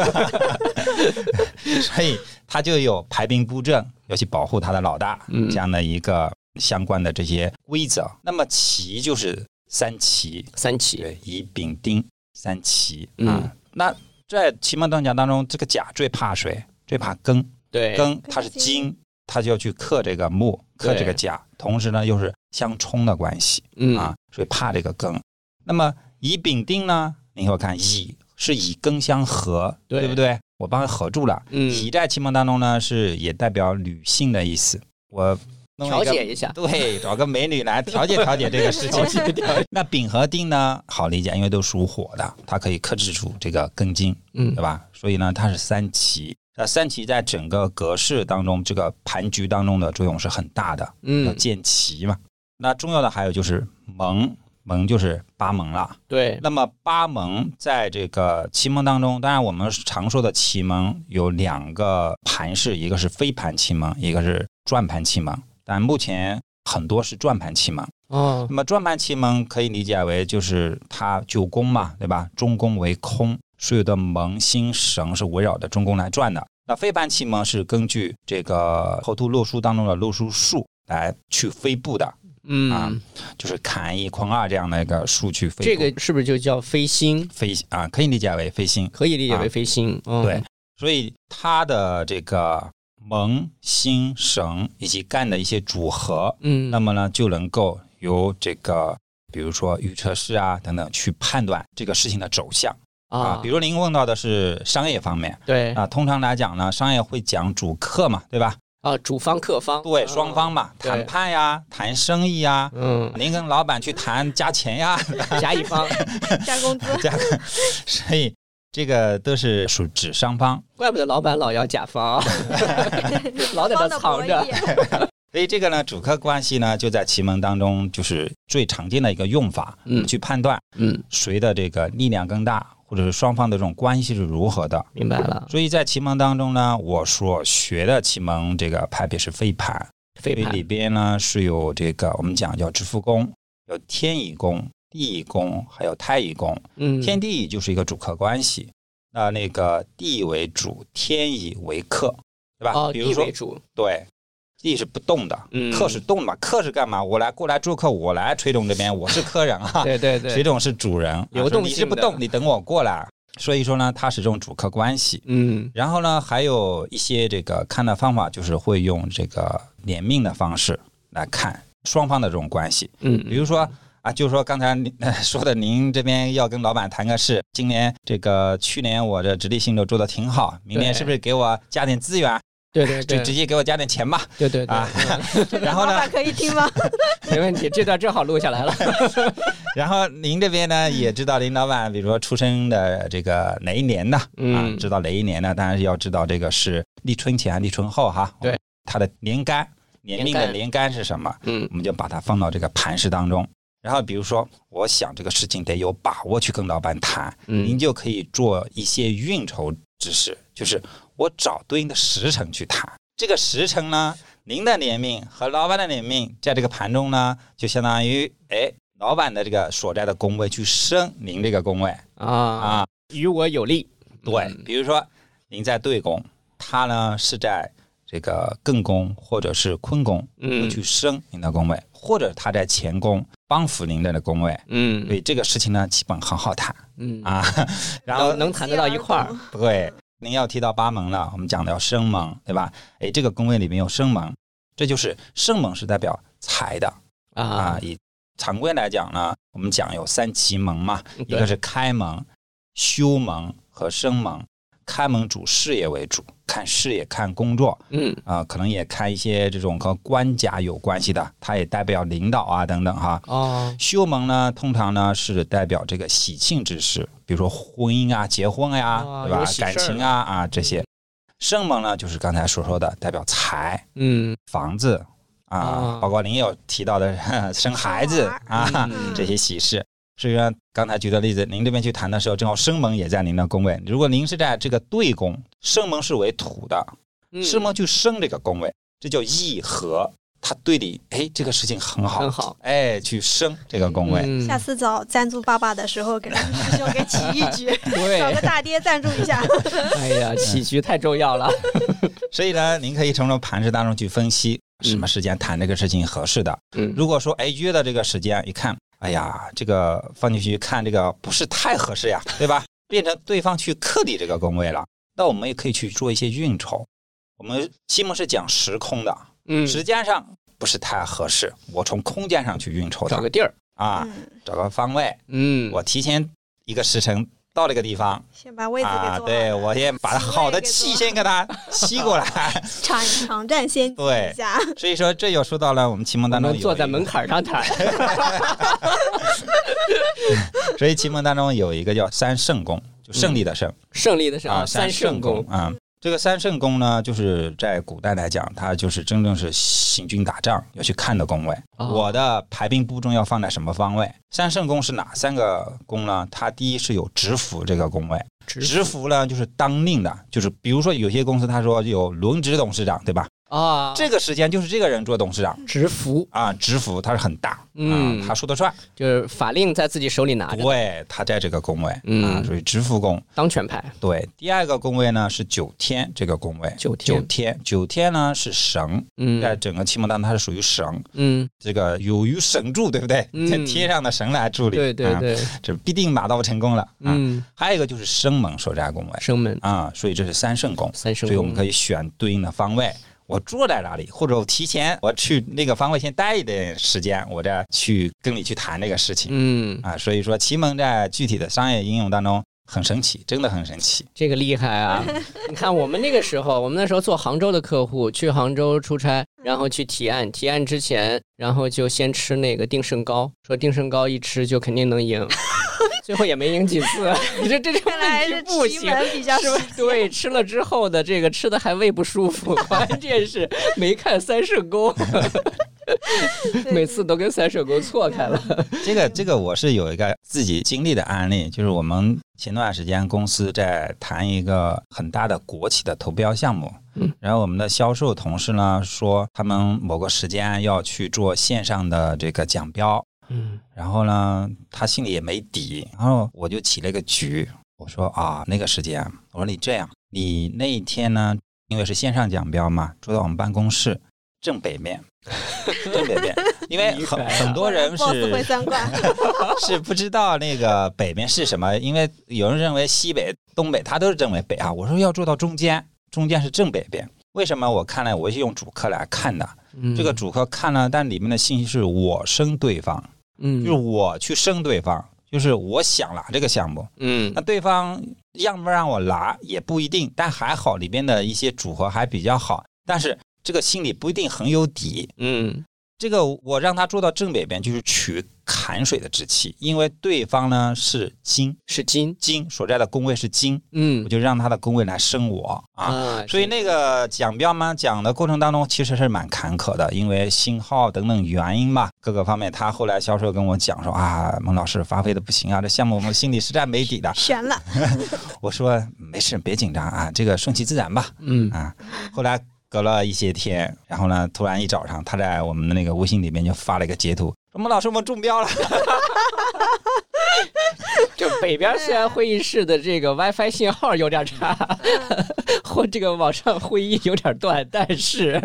[SPEAKER 4] 所以他就有排兵布阵，要去保护他的老大
[SPEAKER 2] 嗯
[SPEAKER 4] 这样的一个相关的这些规则。那么奇就是三奇，
[SPEAKER 2] 三奇，
[SPEAKER 4] 对，乙丙丁三奇
[SPEAKER 2] 嗯
[SPEAKER 4] 啊。那在奇门遁甲当中，这个甲最怕谁？最怕庚，
[SPEAKER 2] 对，
[SPEAKER 4] 庚它是
[SPEAKER 3] 金
[SPEAKER 4] 金，它就要去克这个木，克这个
[SPEAKER 2] 对
[SPEAKER 4] 甲，同时呢又是相冲的关系。
[SPEAKER 2] 嗯
[SPEAKER 4] 啊，所以怕这个庚。那么乙丙丁呢？你会看乙是乙庚相合，
[SPEAKER 2] 对
[SPEAKER 4] 不对？我帮它合住了。
[SPEAKER 2] 嗯
[SPEAKER 4] 乙在奇门当中呢，是也代表女性的意思。我弄
[SPEAKER 2] 调
[SPEAKER 4] 一个
[SPEAKER 2] 解一下，
[SPEAKER 4] 对，找个美女来调节调节这个事
[SPEAKER 2] 调
[SPEAKER 4] 情。
[SPEAKER 2] 节调节
[SPEAKER 4] 那丙和丁呢，好理解，因为都属火的，它可以克制住这个庚金，
[SPEAKER 2] 嗯
[SPEAKER 4] 对吧？所以呢，它是三奇。那三奇在整个格式当中，这个盘局当中的作用是很大的。要
[SPEAKER 2] 嗯，
[SPEAKER 4] 见齐嘛。那重要的还有就是盟，盟就是八盟了。
[SPEAKER 2] 对，
[SPEAKER 4] 那么八盟在这个奇盟当中，当然我们常说的奇盟有两个盘式，一个是飞盘奇盟，一个是转盘奇盟。但目前很多是转盘奇盟。
[SPEAKER 2] 哦
[SPEAKER 4] 那，么转盘奇盟可以理解为就是它九宫嘛，对吧？中宫为空，所有的盟星神是围绕着中宫来转的。那飞盘奇盟是根据这个《后兔洛书》当中的洛书数来去飞布的，啊
[SPEAKER 2] 嗯，
[SPEAKER 4] 就是砍一框二这样的一个数去飞
[SPEAKER 2] 这
[SPEAKER 4] 布
[SPEAKER 2] 个是不是就叫飞星？
[SPEAKER 4] 飞啊，可以理解为飞星。
[SPEAKER 2] 可以理解为
[SPEAKER 4] 啊
[SPEAKER 2] 飞星，嗯
[SPEAKER 4] 对，，所以它的这个盟星神以及干的一些组合，
[SPEAKER 2] 嗯，
[SPEAKER 4] 那么呢，就能够由这个，比如说预测师啊等等，去判断这个事情的走向啊。
[SPEAKER 2] 啊，哎
[SPEAKER 4] 比如您问到的是商业方面
[SPEAKER 2] 对
[SPEAKER 4] 啊，通常来讲呢，商业会讲主客嘛，对吧？
[SPEAKER 2] 啊，主方客方，
[SPEAKER 4] 对，
[SPEAKER 2] 嗯
[SPEAKER 4] 双方，嘛，
[SPEAKER 2] 对
[SPEAKER 4] 谈判呀，谈生意呀，
[SPEAKER 2] 嗯，
[SPEAKER 4] 您跟老板去谈加钱呀，
[SPEAKER 2] 甲乙方，
[SPEAKER 3] 加工 资
[SPEAKER 4] 加，所以这个都是属指商方。
[SPEAKER 2] 怪不得老板老要甲 方， 老在那
[SPEAKER 3] 方的
[SPEAKER 2] 藏
[SPEAKER 3] 博
[SPEAKER 2] 着，
[SPEAKER 3] 弈，
[SPEAKER 4] 所以这个呢，主客关系呢，就在奇门当中就是最常见的一个用法，
[SPEAKER 2] 嗯
[SPEAKER 4] 我们去判断
[SPEAKER 2] 嗯，
[SPEAKER 4] 谁的这个力量更大，或者是双方的这种关系是如何的。
[SPEAKER 2] 明白了，
[SPEAKER 4] 所以在奇门当中呢，我所学的奇门这个派别是飞盘，
[SPEAKER 2] 飞
[SPEAKER 4] 所以
[SPEAKER 2] 盘
[SPEAKER 4] 里边呢是有这个我们讲叫直腹宫，有天乙宫，地乙宫还有太乙宫。
[SPEAKER 2] 嗯，
[SPEAKER 4] 天地乙就是一个主客关系，那那个地为主，天乙为客，对吧？
[SPEAKER 2] 哦，
[SPEAKER 4] 比
[SPEAKER 2] 地
[SPEAKER 4] 如说
[SPEAKER 2] 为主，
[SPEAKER 4] 对，地是不动的，
[SPEAKER 2] 嗯
[SPEAKER 4] 客是动的嘛？客是干嘛？我来过来做客，我来崔总这边，我是客人啊，
[SPEAKER 2] 对对
[SPEAKER 4] 崔
[SPEAKER 2] 对，
[SPEAKER 4] 总是主人，啊
[SPEAKER 2] 流动
[SPEAKER 4] 说你是
[SPEAKER 2] 性
[SPEAKER 4] 不
[SPEAKER 2] 的
[SPEAKER 4] 动，你等我过来。所以说呢，它是这种主客关系。
[SPEAKER 2] 嗯
[SPEAKER 4] 然后呢，还有一些这个看的方法，就是会用这个连命的方式来看双方的这种关系。
[SPEAKER 2] 嗯，
[SPEAKER 4] 比如说啊，就说刚才您、呃说的，您这边要跟老板谈个事，今年这个去年我的直立行走做的挺好，明年
[SPEAKER 2] 对
[SPEAKER 4] 是不是给我加点资源，
[SPEAKER 2] 对对
[SPEAKER 4] 就
[SPEAKER 2] 对
[SPEAKER 4] 直接给我加点钱吧？
[SPEAKER 2] 对对 对
[SPEAKER 4] 啊，
[SPEAKER 3] 这个
[SPEAKER 4] 然后
[SPEAKER 3] 方
[SPEAKER 4] 呢
[SPEAKER 3] 法可以听吗？
[SPEAKER 2] 嗯没问题，这段正好录下来 了。
[SPEAKER 4] 然后您这边呢，也知道林老板，比如说出生的这个哪一年的、啊
[SPEAKER 2] 嗯，
[SPEAKER 4] 知道哪一年呢？当然是要知道这个是立春前还是立春后哈。
[SPEAKER 2] 对，
[SPEAKER 4] 它的年干，年命的
[SPEAKER 2] 年
[SPEAKER 4] 年干是什么？
[SPEAKER 2] 嗯
[SPEAKER 4] 我们就把它放到这个盘石当中。然后比如说，我想这个事情得有把握去跟老板谈，您
[SPEAKER 2] 嗯
[SPEAKER 4] 就可以做一些运筹之事，就是我找对应的时辰去谈。这个时辰呢，您的年命和老板的年命在这个盘中呢，就相当于哎，老板的这个所在的宫位去生您这个宫位
[SPEAKER 2] 啊，
[SPEAKER 4] 啊。
[SPEAKER 2] 与我有利。
[SPEAKER 4] 对，
[SPEAKER 2] 嗯
[SPEAKER 4] 比如说您在对宫，他呢是在这个艮宫或者是坤宫
[SPEAKER 2] 嗯
[SPEAKER 4] 去生您的宫位，或者他在乾宫帮扶您的宫位。
[SPEAKER 2] 嗯，
[SPEAKER 4] 对这个事情呢，基本很好谈
[SPEAKER 2] 嗯，
[SPEAKER 4] 啊。 然后
[SPEAKER 2] 能能谈得到一块儿。
[SPEAKER 4] 对，您要提到八门了，我们讲的要生门，对吧？哎，这个宫位里面有生门，这就是生门是代表财的啊
[SPEAKER 2] 啊。，
[SPEAKER 4] 以常规来讲呢，我们讲有三奇门嘛，一个
[SPEAKER 2] 嗯对
[SPEAKER 4] 是开门、修门和生门。开门主事业为主，看事业、看工作
[SPEAKER 2] 嗯
[SPEAKER 4] 啊、可能也看一些这种和官家有关系的，它也代表领导啊等等哈。
[SPEAKER 2] 哦
[SPEAKER 4] 修盟呢，通常呢是代表这个喜庆之事，比如说婚姻啊、结婚呀、
[SPEAKER 2] 哦
[SPEAKER 4] 对
[SPEAKER 2] 有
[SPEAKER 4] 吧
[SPEAKER 2] 喜？事儿
[SPEAKER 4] 感情啊啊这些。生盟呢，就是刚才所说的代表财、
[SPEAKER 2] 嗯
[SPEAKER 4] 房子啊，
[SPEAKER 2] 哦
[SPEAKER 4] 包括您有提到的 呵呵生孩子啊、
[SPEAKER 2] 嗯
[SPEAKER 4] 这些喜事。所以说，刚才举的例子，您这边去谈的时候，正好生盟也在您的宫位。如果您是在这个对宫，生盟是为土的，
[SPEAKER 2] 嗯
[SPEAKER 4] 生盟去生这个宫位，这叫义和。它对你，哎，这个事情很好，
[SPEAKER 2] 嗯很好，
[SPEAKER 4] 哎，去生这个宫位。
[SPEAKER 2] 嗯
[SPEAKER 3] 下次找赞助爸爸的时候，给他们师兄给起一局，找
[SPEAKER 2] 对
[SPEAKER 3] 个，大爹赞助 一下。嗯
[SPEAKER 2] 哎 呀，起局太重要了。
[SPEAKER 4] 所以呢，您可以从这盘式当中去分析什么时间谈这个事情合适的。
[SPEAKER 2] 嗯
[SPEAKER 4] 如果说哎约到这个时间，一看，哎呀，这个放进去看这个不是太合适呀， 对吧？变成对方去克敌这个宫位了，那我们也可以去做一些运筹。我们西蒙是讲时空的，
[SPEAKER 2] 嗯，
[SPEAKER 4] 时间上不是太合适，我从空间上去运筹
[SPEAKER 2] 找
[SPEAKER 4] 它
[SPEAKER 2] 个地儿。
[SPEAKER 4] 啊，
[SPEAKER 3] 嗯，
[SPEAKER 4] 找个方位，
[SPEAKER 2] 嗯，
[SPEAKER 4] 我提前一个时辰到这个地方
[SPEAKER 3] 先把位置给
[SPEAKER 4] 啊，
[SPEAKER 3] 坐好
[SPEAKER 4] 对我先把
[SPEAKER 3] 气
[SPEAKER 4] 好
[SPEAKER 3] 位
[SPEAKER 4] 的
[SPEAKER 3] 给
[SPEAKER 4] 气
[SPEAKER 3] 做
[SPEAKER 4] 先给它吸过来。
[SPEAKER 3] 长长战先记
[SPEAKER 4] 对
[SPEAKER 3] 一下。
[SPEAKER 4] 所以说，这又说到了我们奇
[SPEAKER 2] 我
[SPEAKER 4] 梦当中
[SPEAKER 2] 们
[SPEAKER 4] 有
[SPEAKER 2] 坐在
[SPEAKER 4] 一
[SPEAKER 2] 门，槛上 谈。
[SPEAKER 4] 所以奇梦当中有一个叫三圣宫，就胜利的胜、
[SPEAKER 2] 胜利的胜
[SPEAKER 4] 啊，
[SPEAKER 2] 嗯三
[SPEAKER 4] 圣
[SPEAKER 2] 圣宫。
[SPEAKER 4] 啊、这个三圣宫呢，就是在古代来讲，它就是真正是行军打仗要去看的宫位。
[SPEAKER 2] 哦
[SPEAKER 4] 我的排兵布阵要放在什么方位？三圣宫是哪三个宫呢？它第一是有直服这个宫位，直服呢就是当令的，就是比如说有些公司他说有轮值董事长，对吧？
[SPEAKER 2] 啊，
[SPEAKER 4] 这个时间就是这个人做董事长
[SPEAKER 2] 直服
[SPEAKER 4] 啊，直服他是很大，啊
[SPEAKER 2] 嗯
[SPEAKER 4] 他说的算。
[SPEAKER 2] 就是法令在自己手里拿着，
[SPEAKER 4] 对，他在这个宫位，
[SPEAKER 2] 嗯
[SPEAKER 4] 啊，属于直服宫。
[SPEAKER 2] 当权派。
[SPEAKER 4] 对，第二个宫位呢是九天这个宫位，
[SPEAKER 2] 九天
[SPEAKER 4] 九天，九天呢是神，在
[SPEAKER 2] 嗯
[SPEAKER 4] 整个奇门当中它是属于神，
[SPEAKER 2] 嗯，
[SPEAKER 4] 这个有于神助，对不对？
[SPEAKER 2] 嗯
[SPEAKER 4] 在天上的神来助力，
[SPEAKER 2] 对对
[SPEAKER 4] 啊，
[SPEAKER 2] 对，
[SPEAKER 4] 这必定马到成功了。啊，
[SPEAKER 2] 嗯，
[SPEAKER 4] 还有一个就是生门所在宫位
[SPEAKER 2] 生门
[SPEAKER 4] 啊，所以这是三圣宫，
[SPEAKER 2] 三圣
[SPEAKER 4] 所以我们
[SPEAKER 2] 宫。
[SPEAKER 4] 可以选对应的方位。我坐在哪里，或者我提前我去那个方位先待一点时间，我再去跟你去谈这个事情。
[SPEAKER 2] 嗯，
[SPEAKER 4] 啊，所以说奇盟在具体的商业应用当中很神奇，真的很神奇。
[SPEAKER 2] 这个厉害 啊！你看我们那个时候，我们那时候做杭州的客户，去杭州出差，
[SPEAKER 3] 嗯
[SPEAKER 2] 然后去提案，提案之前，然后就先吃那个定胜糕，说定胜糕一吃就肯定能 赢，最后也没赢几次。你这这种
[SPEAKER 3] 看来
[SPEAKER 2] 问
[SPEAKER 3] 是
[SPEAKER 2] 题不
[SPEAKER 3] 奇
[SPEAKER 2] 行，
[SPEAKER 3] 门比较
[SPEAKER 2] 是不是？对，吃了之后的这个吃的还胃不舒 服，关键是没看三圣宫，每次都跟三圣宫错开了。
[SPEAKER 4] 这个这个我是有一个自己经历的案例，就是我们前段时间公司在谈一个很大的国企的投标项目，
[SPEAKER 2] 嗯，
[SPEAKER 4] 然后我们的销售同事呢说他们某个时间要去做线上的这个奖标，
[SPEAKER 2] 嗯
[SPEAKER 4] 然后呢，他心里也没底，然后我就起了一个局，我说啊，那个时间，我说你这样，你那一天呢，因为是线上奖标嘛，住在我们办公室正北面，正北面，因为
[SPEAKER 2] 厉
[SPEAKER 4] 很
[SPEAKER 2] 害啊
[SPEAKER 4] 很多人
[SPEAKER 3] boss 会
[SPEAKER 4] 是
[SPEAKER 3] 三观，
[SPEAKER 4] 是不知道那个北面是什么，因为有人认为西北、东北，他都是认为北啊，我说要住到中间，中间是正北边。为什么我看来我是用主客来看的？
[SPEAKER 2] 嗯，
[SPEAKER 4] 这个主客看了，但里面的信息是我生对方，
[SPEAKER 2] 嗯
[SPEAKER 4] 就是我去生对方，就是我想拿这个项目，
[SPEAKER 2] 嗯
[SPEAKER 4] 那对方让不让我拿也不一定，但还好里边的一些组合还比较好，但是这个心里不一定很有底。
[SPEAKER 2] 嗯
[SPEAKER 4] 这个我让他做到正北边，就是取坎水的之气，因为对方呢是金，
[SPEAKER 2] 是金
[SPEAKER 4] 金所在的宫位是金，
[SPEAKER 2] 嗯
[SPEAKER 4] 我就让他的宫位来生我啊。
[SPEAKER 2] 啊
[SPEAKER 4] 所以那个讲标嘛，讲的过程当中其实是蛮坎坷的，因为信号等等原因吧，各个方面。他后来销售跟我讲说啊，孟老师发挥的不行啊，这项目我们心里实在没底的。
[SPEAKER 3] 悬 了，
[SPEAKER 4] 我说没事，别紧张啊，这个顺其自然吧
[SPEAKER 2] 嗯
[SPEAKER 4] 啊。后来隔了一些天，然后呢，突然一早上，他在我们的那个微信里面就发了一个截图，说孟老师我们中标了。
[SPEAKER 2] 就北边虽然会议室的这个 WiFi 信号有点差，
[SPEAKER 3] 嗯
[SPEAKER 2] 或这个网上会议有点断，但是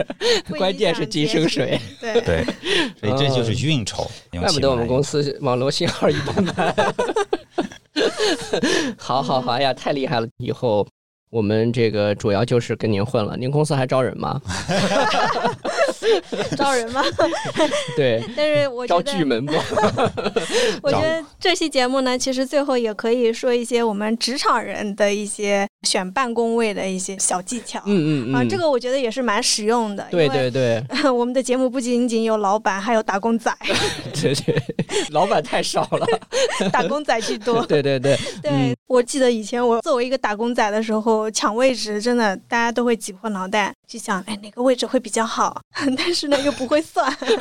[SPEAKER 3] 不
[SPEAKER 2] 关键是
[SPEAKER 3] 影响
[SPEAKER 2] 金生水
[SPEAKER 3] 结，局，对，
[SPEAKER 4] 对， 所以这就是运筹。
[SPEAKER 2] 嗯
[SPEAKER 4] 用
[SPEAKER 2] 怪不得我们
[SPEAKER 4] 起码
[SPEAKER 2] 公司网络信号一般般。 好好好哎呀，太厉害了！以后我们这个主要就是跟您混了。您公司还招人吗？
[SPEAKER 3] 招人吗？
[SPEAKER 2] 对，
[SPEAKER 3] 但是我
[SPEAKER 2] 招
[SPEAKER 3] 觉得
[SPEAKER 2] 巨门不？
[SPEAKER 3] 我觉
[SPEAKER 4] 找
[SPEAKER 3] 得这期节目呢，其实最后也可以说一些我们职场人的一些选办公位的一些小技巧。
[SPEAKER 2] 嗯嗯嗯，
[SPEAKER 3] 啊，这个我觉得也是蛮实用的。
[SPEAKER 2] 对对对
[SPEAKER 3] 对， 我们的节目不仅仅有老板，还有打 工仔，
[SPEAKER 2] 对对，老板太少了。
[SPEAKER 3] 打工仔居多。
[SPEAKER 2] 对对对，
[SPEAKER 3] 对，
[SPEAKER 2] 嗯
[SPEAKER 3] 我记得以前我作为一个打工仔的时候，抢位置真的大家都会挤破脑袋去想，哎，哪个位置会比较好， 但是呢又不会算， 这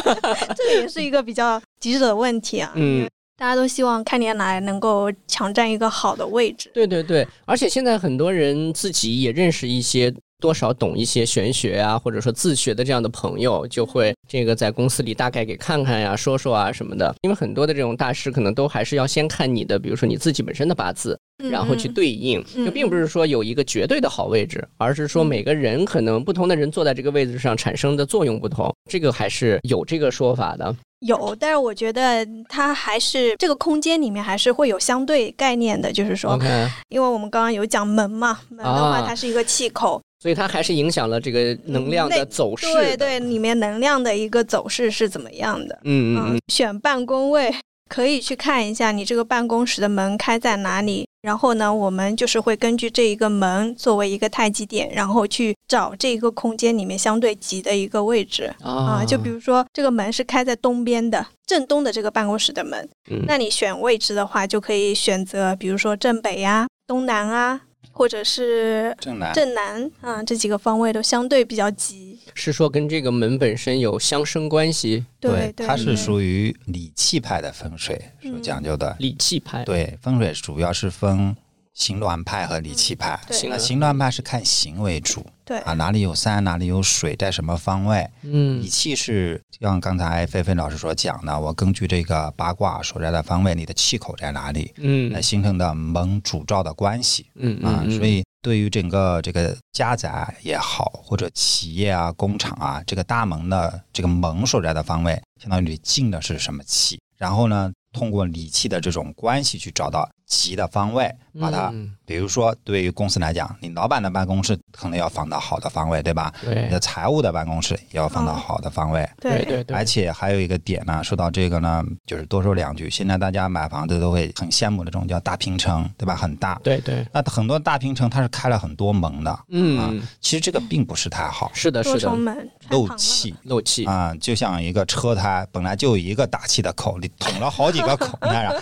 [SPEAKER 3] 个也是一个比较棘手的问题啊。
[SPEAKER 2] 嗯，
[SPEAKER 3] 大家都希望看年来能够抢占一个好的位置。
[SPEAKER 2] 对对对，而且现在很多人自己也认识一些。多少懂一些玄学啊，或者说自学的这样的朋友，就会这个在公司里大概给看看呀、说说啊什么的。因为很多的这种大师，可能都还是要先看你的，比如说你自己本身的八字，然后去
[SPEAKER 3] 嗯
[SPEAKER 2] 对应，
[SPEAKER 3] 嗯
[SPEAKER 2] 就并不是说有一个绝对的好位置，而是说每个人可能不同的人坐在这个位置上产生的作用不同，这个还是有这个说法的。
[SPEAKER 3] 有，但是我觉得它还是这个空间里面还是会有相对概念的，就是说
[SPEAKER 2] OK，
[SPEAKER 3] 因为我们刚刚有讲门嘛，门的话
[SPEAKER 2] 啊
[SPEAKER 3] 它是一个气口，
[SPEAKER 2] 所以它还是影响了这个能量的
[SPEAKER 3] 嗯那
[SPEAKER 2] 走势的。
[SPEAKER 3] 对对，里面能量的一个走势是怎么样的？
[SPEAKER 2] 嗯嗯嗯，
[SPEAKER 3] 啊选办公位可以去看一下你这个办公室的门开在哪里。然后呢，我们就是会根据这一个门作为一个太极点，然后去找这个空间里面相对极的一个位置。啊，就比如说这个门是开在东边的，正东的这个办公室的门，
[SPEAKER 2] 嗯
[SPEAKER 3] 那你选位置的话，就可以选择比如说正北呀、东南啊，或者是
[SPEAKER 4] 正南
[SPEAKER 3] 正南啊、这几个方位都相对比较急。
[SPEAKER 2] 是说跟这个门本身有相生关系，
[SPEAKER 3] 对对，
[SPEAKER 4] 它是
[SPEAKER 3] 于
[SPEAKER 4] 属于理气派的风水所
[SPEAKER 3] 嗯
[SPEAKER 4] 讲究的。
[SPEAKER 2] 理气派。
[SPEAKER 4] 对，风水主要是分形峦派和理气派。
[SPEAKER 3] 对
[SPEAKER 2] 行
[SPEAKER 4] 那形峦派是看形为主
[SPEAKER 3] 对
[SPEAKER 4] 啊，哪里有山，哪里有水，在什么方位。理
[SPEAKER 2] 嗯
[SPEAKER 4] 气是像刚才菲菲老师所讲的，我根据这个八卦所在的方位，你的气口在哪里，
[SPEAKER 2] 嗯
[SPEAKER 4] 来形成的门主照的关系
[SPEAKER 2] 嗯
[SPEAKER 4] 啊。
[SPEAKER 2] 嗯，
[SPEAKER 4] 所以对于整个这个家宅也好，或者企业啊、工厂啊，这个大门的这个门所在的方位，相当于你进的是什么气，然后呢，通过理气的这种关系去找到吉的方位，把它，
[SPEAKER 2] 嗯
[SPEAKER 4] 比如说，对于公司来讲，你老板的办公室可能要放到好的方位，对吧？你
[SPEAKER 2] 对嗯
[SPEAKER 4] 的财务的办公室也要放到
[SPEAKER 3] 哦
[SPEAKER 4] 好的方位。
[SPEAKER 3] 对
[SPEAKER 2] 对对，
[SPEAKER 4] 而且还有一个点呢，说到这个呢，就是多说两句。现在大家买房子都会很羡慕那种叫大平层，对吧？很大。
[SPEAKER 2] 对对，
[SPEAKER 4] 那很多大平层它是开了很多门的，
[SPEAKER 2] 嗯，
[SPEAKER 4] 其实这个并不是太好，
[SPEAKER 2] 是的，
[SPEAKER 3] 多
[SPEAKER 2] 是
[SPEAKER 3] 重
[SPEAKER 2] 的，
[SPEAKER 3] 门穿
[SPEAKER 4] 漏
[SPEAKER 3] 堂了
[SPEAKER 4] 气
[SPEAKER 2] 漏气。
[SPEAKER 4] 啊、就像一个车胎本来就有一个打气的口，你捅了好几个口，那样，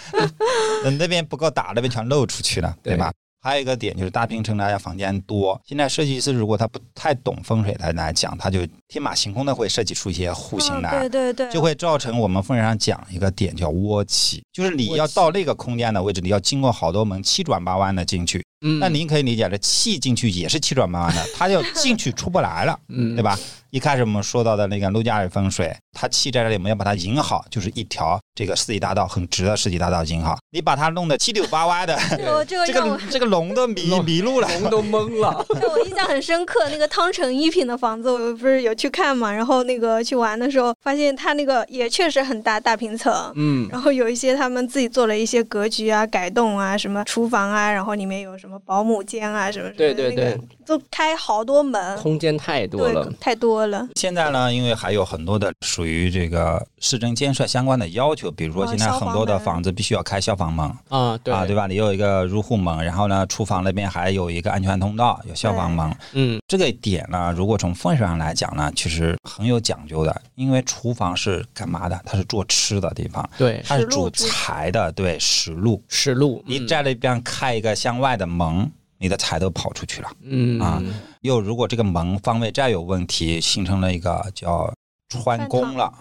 [SPEAKER 4] 那那边不够打，那边全漏出去了，对吧？还有一个点就是大平层大家房间多，现在设计师如果他不太懂风水的来讲，他就天马行空的会设计出一些户型来，
[SPEAKER 3] 嗯对对对，
[SPEAKER 4] 就会造成我们风水上讲一个点叫窝气，就是你要到那个空间的位置，你要经过好多门，七转八弯的进去。
[SPEAKER 2] 嗯，
[SPEAKER 4] 那您可以理解，这气进去也是七转八弯的，它要进去出不来了，
[SPEAKER 2] 嗯
[SPEAKER 4] 对？吧？一开始我们说到的那个陆家嘴风水，它气在这里，我们要把它引好，就是一条这个世纪大道很直的世纪大道引好。你把它弄得七扭八歪的，
[SPEAKER 3] 这个这个
[SPEAKER 4] 这
[SPEAKER 3] 让 我
[SPEAKER 4] 个这个龙都迷
[SPEAKER 2] 龙
[SPEAKER 4] 迷路了。
[SPEAKER 2] 龙都懵 了。
[SPEAKER 3] 让我印象很深刻，那个汤臣一品的房子，我不是有去看嘛，然后那个去玩的时候，发现它那个也确实很大，大平层。
[SPEAKER 2] 嗯，
[SPEAKER 3] 然后有一些他们自己做了一些格局啊、改动啊，什么厨房啊，然后里面有什么保姆间啊，什么什么
[SPEAKER 2] 对对
[SPEAKER 3] 那个
[SPEAKER 2] 对，
[SPEAKER 3] 都开好多门，
[SPEAKER 2] 空间太多
[SPEAKER 3] 对
[SPEAKER 2] 了。，
[SPEAKER 3] 太多了。
[SPEAKER 4] 现在呢，因为还有很多的属于这个市政建设相关的要求，比如说
[SPEAKER 3] 哦
[SPEAKER 4] 现在
[SPEAKER 3] 消防
[SPEAKER 4] 很多的
[SPEAKER 3] 门
[SPEAKER 4] 房子必须要开消防门。
[SPEAKER 2] 啊，对
[SPEAKER 4] 啊，对吧？你有一个入户门，然后呢，厨房那边还有一个安全通道，有消防门。
[SPEAKER 2] 嗯，
[SPEAKER 4] 这个点呢，如果从风水上来讲呢，其实很有讲究的，因为厨房是干嘛的？它是做吃的地方，
[SPEAKER 2] 对，嗯
[SPEAKER 4] 它是
[SPEAKER 3] 食禄
[SPEAKER 4] 煮
[SPEAKER 3] 之
[SPEAKER 4] 柴的，对，食禄。
[SPEAKER 2] 实录
[SPEAKER 4] 你在那边开一个向外的门，你的柴都跑出去了。
[SPEAKER 2] 嗯
[SPEAKER 4] 啊
[SPEAKER 2] 嗯
[SPEAKER 4] 又如果这个门方位再有问题，形成了一个叫穿宫了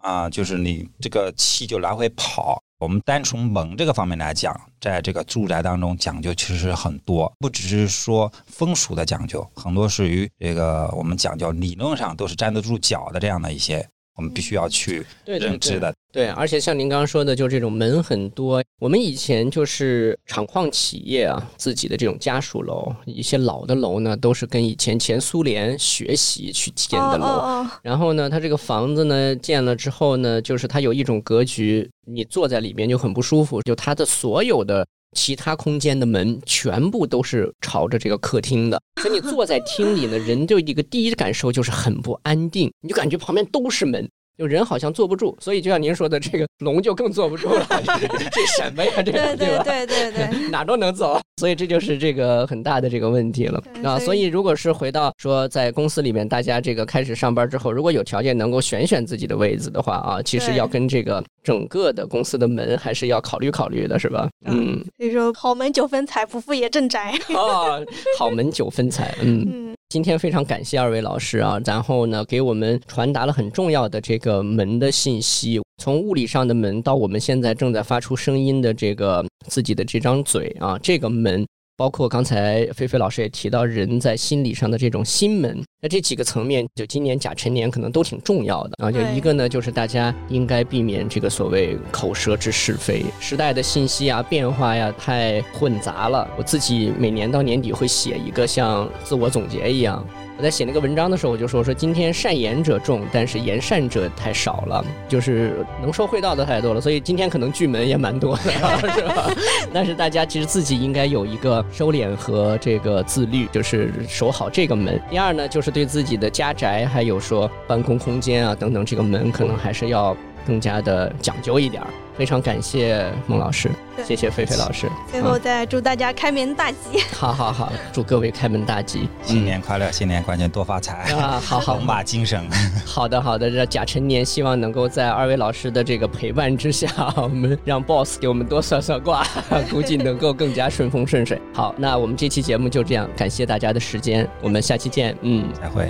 [SPEAKER 4] 啊，就是你这个气就来回跑。我们单从门这个方面来讲，在这个住宅当中讲究其实很多，不只是说风俗的讲究，很多是于这个我们讲究理论上都是站得住脚的这样的一些，我们必须要去
[SPEAKER 2] 对对
[SPEAKER 4] 认
[SPEAKER 2] 嗯
[SPEAKER 4] 知
[SPEAKER 2] 对
[SPEAKER 4] 的。
[SPEAKER 2] 对，而且像您刚刚说的，就这种门很多。我们以前就是厂矿企业啊，自己的这种家属楼，一些老的楼呢，都是跟以前前苏联学习去建的楼。
[SPEAKER 3] 哦
[SPEAKER 2] 然后呢，它这个房子呢建了之后呢，就是它有一种格局，你坐在里面就很不舒服。就它的所有的其他空间的门全部都是朝着这个客厅的，所以你坐在厅里呢，人就一个第一感受就是很不安定，你就感觉旁边都是门。就人好像坐不住，所以就像您说的，这个龙就更坐不住了。 这什么呀？这
[SPEAKER 3] 哦，对
[SPEAKER 2] 个
[SPEAKER 3] 对
[SPEAKER 2] 吧？
[SPEAKER 3] 对对 对。
[SPEAKER 2] 哪都能走，所以这就是这个很大的这个问题了
[SPEAKER 3] 对
[SPEAKER 2] 啊。
[SPEAKER 3] 所
[SPEAKER 2] 所
[SPEAKER 3] 以
[SPEAKER 2] 以如果是回到说在公司里面，大家这个开始上班之后，如果有条件能够选选自己的位置的话啊，其实
[SPEAKER 3] 对
[SPEAKER 2] 要跟这个整个的公司的门还是要考虑考虑的，是吧？嗯，
[SPEAKER 3] 所以说，豪门九分财，不富也正宅。
[SPEAKER 2] 哦，好门九分财，嗯。
[SPEAKER 3] 嗯，
[SPEAKER 2] 今天非常感谢二位老师啊，然后呢，给我们传达了很重要的这个门的信息，从物理上的门到我们现在正在发出声音的这个自己的这张嘴啊，这个门，包括刚才菲菲老师也提到人在心理上的这种心门，那这几个层面，就今年甲辰年可能都挺重要的啊。就
[SPEAKER 3] 对
[SPEAKER 2] 一个呢，就是大家应该避免这个所谓口舌之是非，时代的信息啊变化呀太混杂了。我自己每年到年底会写一个像自我总结一样，我在写那个文章的时候，我就说说今天善言者众，但是言善者太少了，就是能说会道的太多了，所以今天可能巨门也蛮多 的，是吧？但是大家其实自己应该有一个收敛和这个自律，就是守好这个门。第二呢，就是对自己的家宅还有说办公空间啊等等这个门，可能还是要更加的讲究一点儿。非常感谢孟老师，
[SPEAKER 3] 对
[SPEAKER 2] 谢嗯谢菲菲老师。
[SPEAKER 3] 最后再祝大家开门大吉。
[SPEAKER 2] 好好好，祝各位开门大 吉，
[SPEAKER 4] 新年快乐，新年快乐，多发 财，
[SPEAKER 2] 啊！好好
[SPEAKER 4] 龙马精神。
[SPEAKER 2] 好的，好的。这贾晨年希望能够在二位老师的这个陪伴之下，我们让 boss 给我们多算算卦， 估计能够更加顺风顺水。好，那我们这期节目就这样，感谢大家的时间，我们下期见。嗯。
[SPEAKER 4] 再会。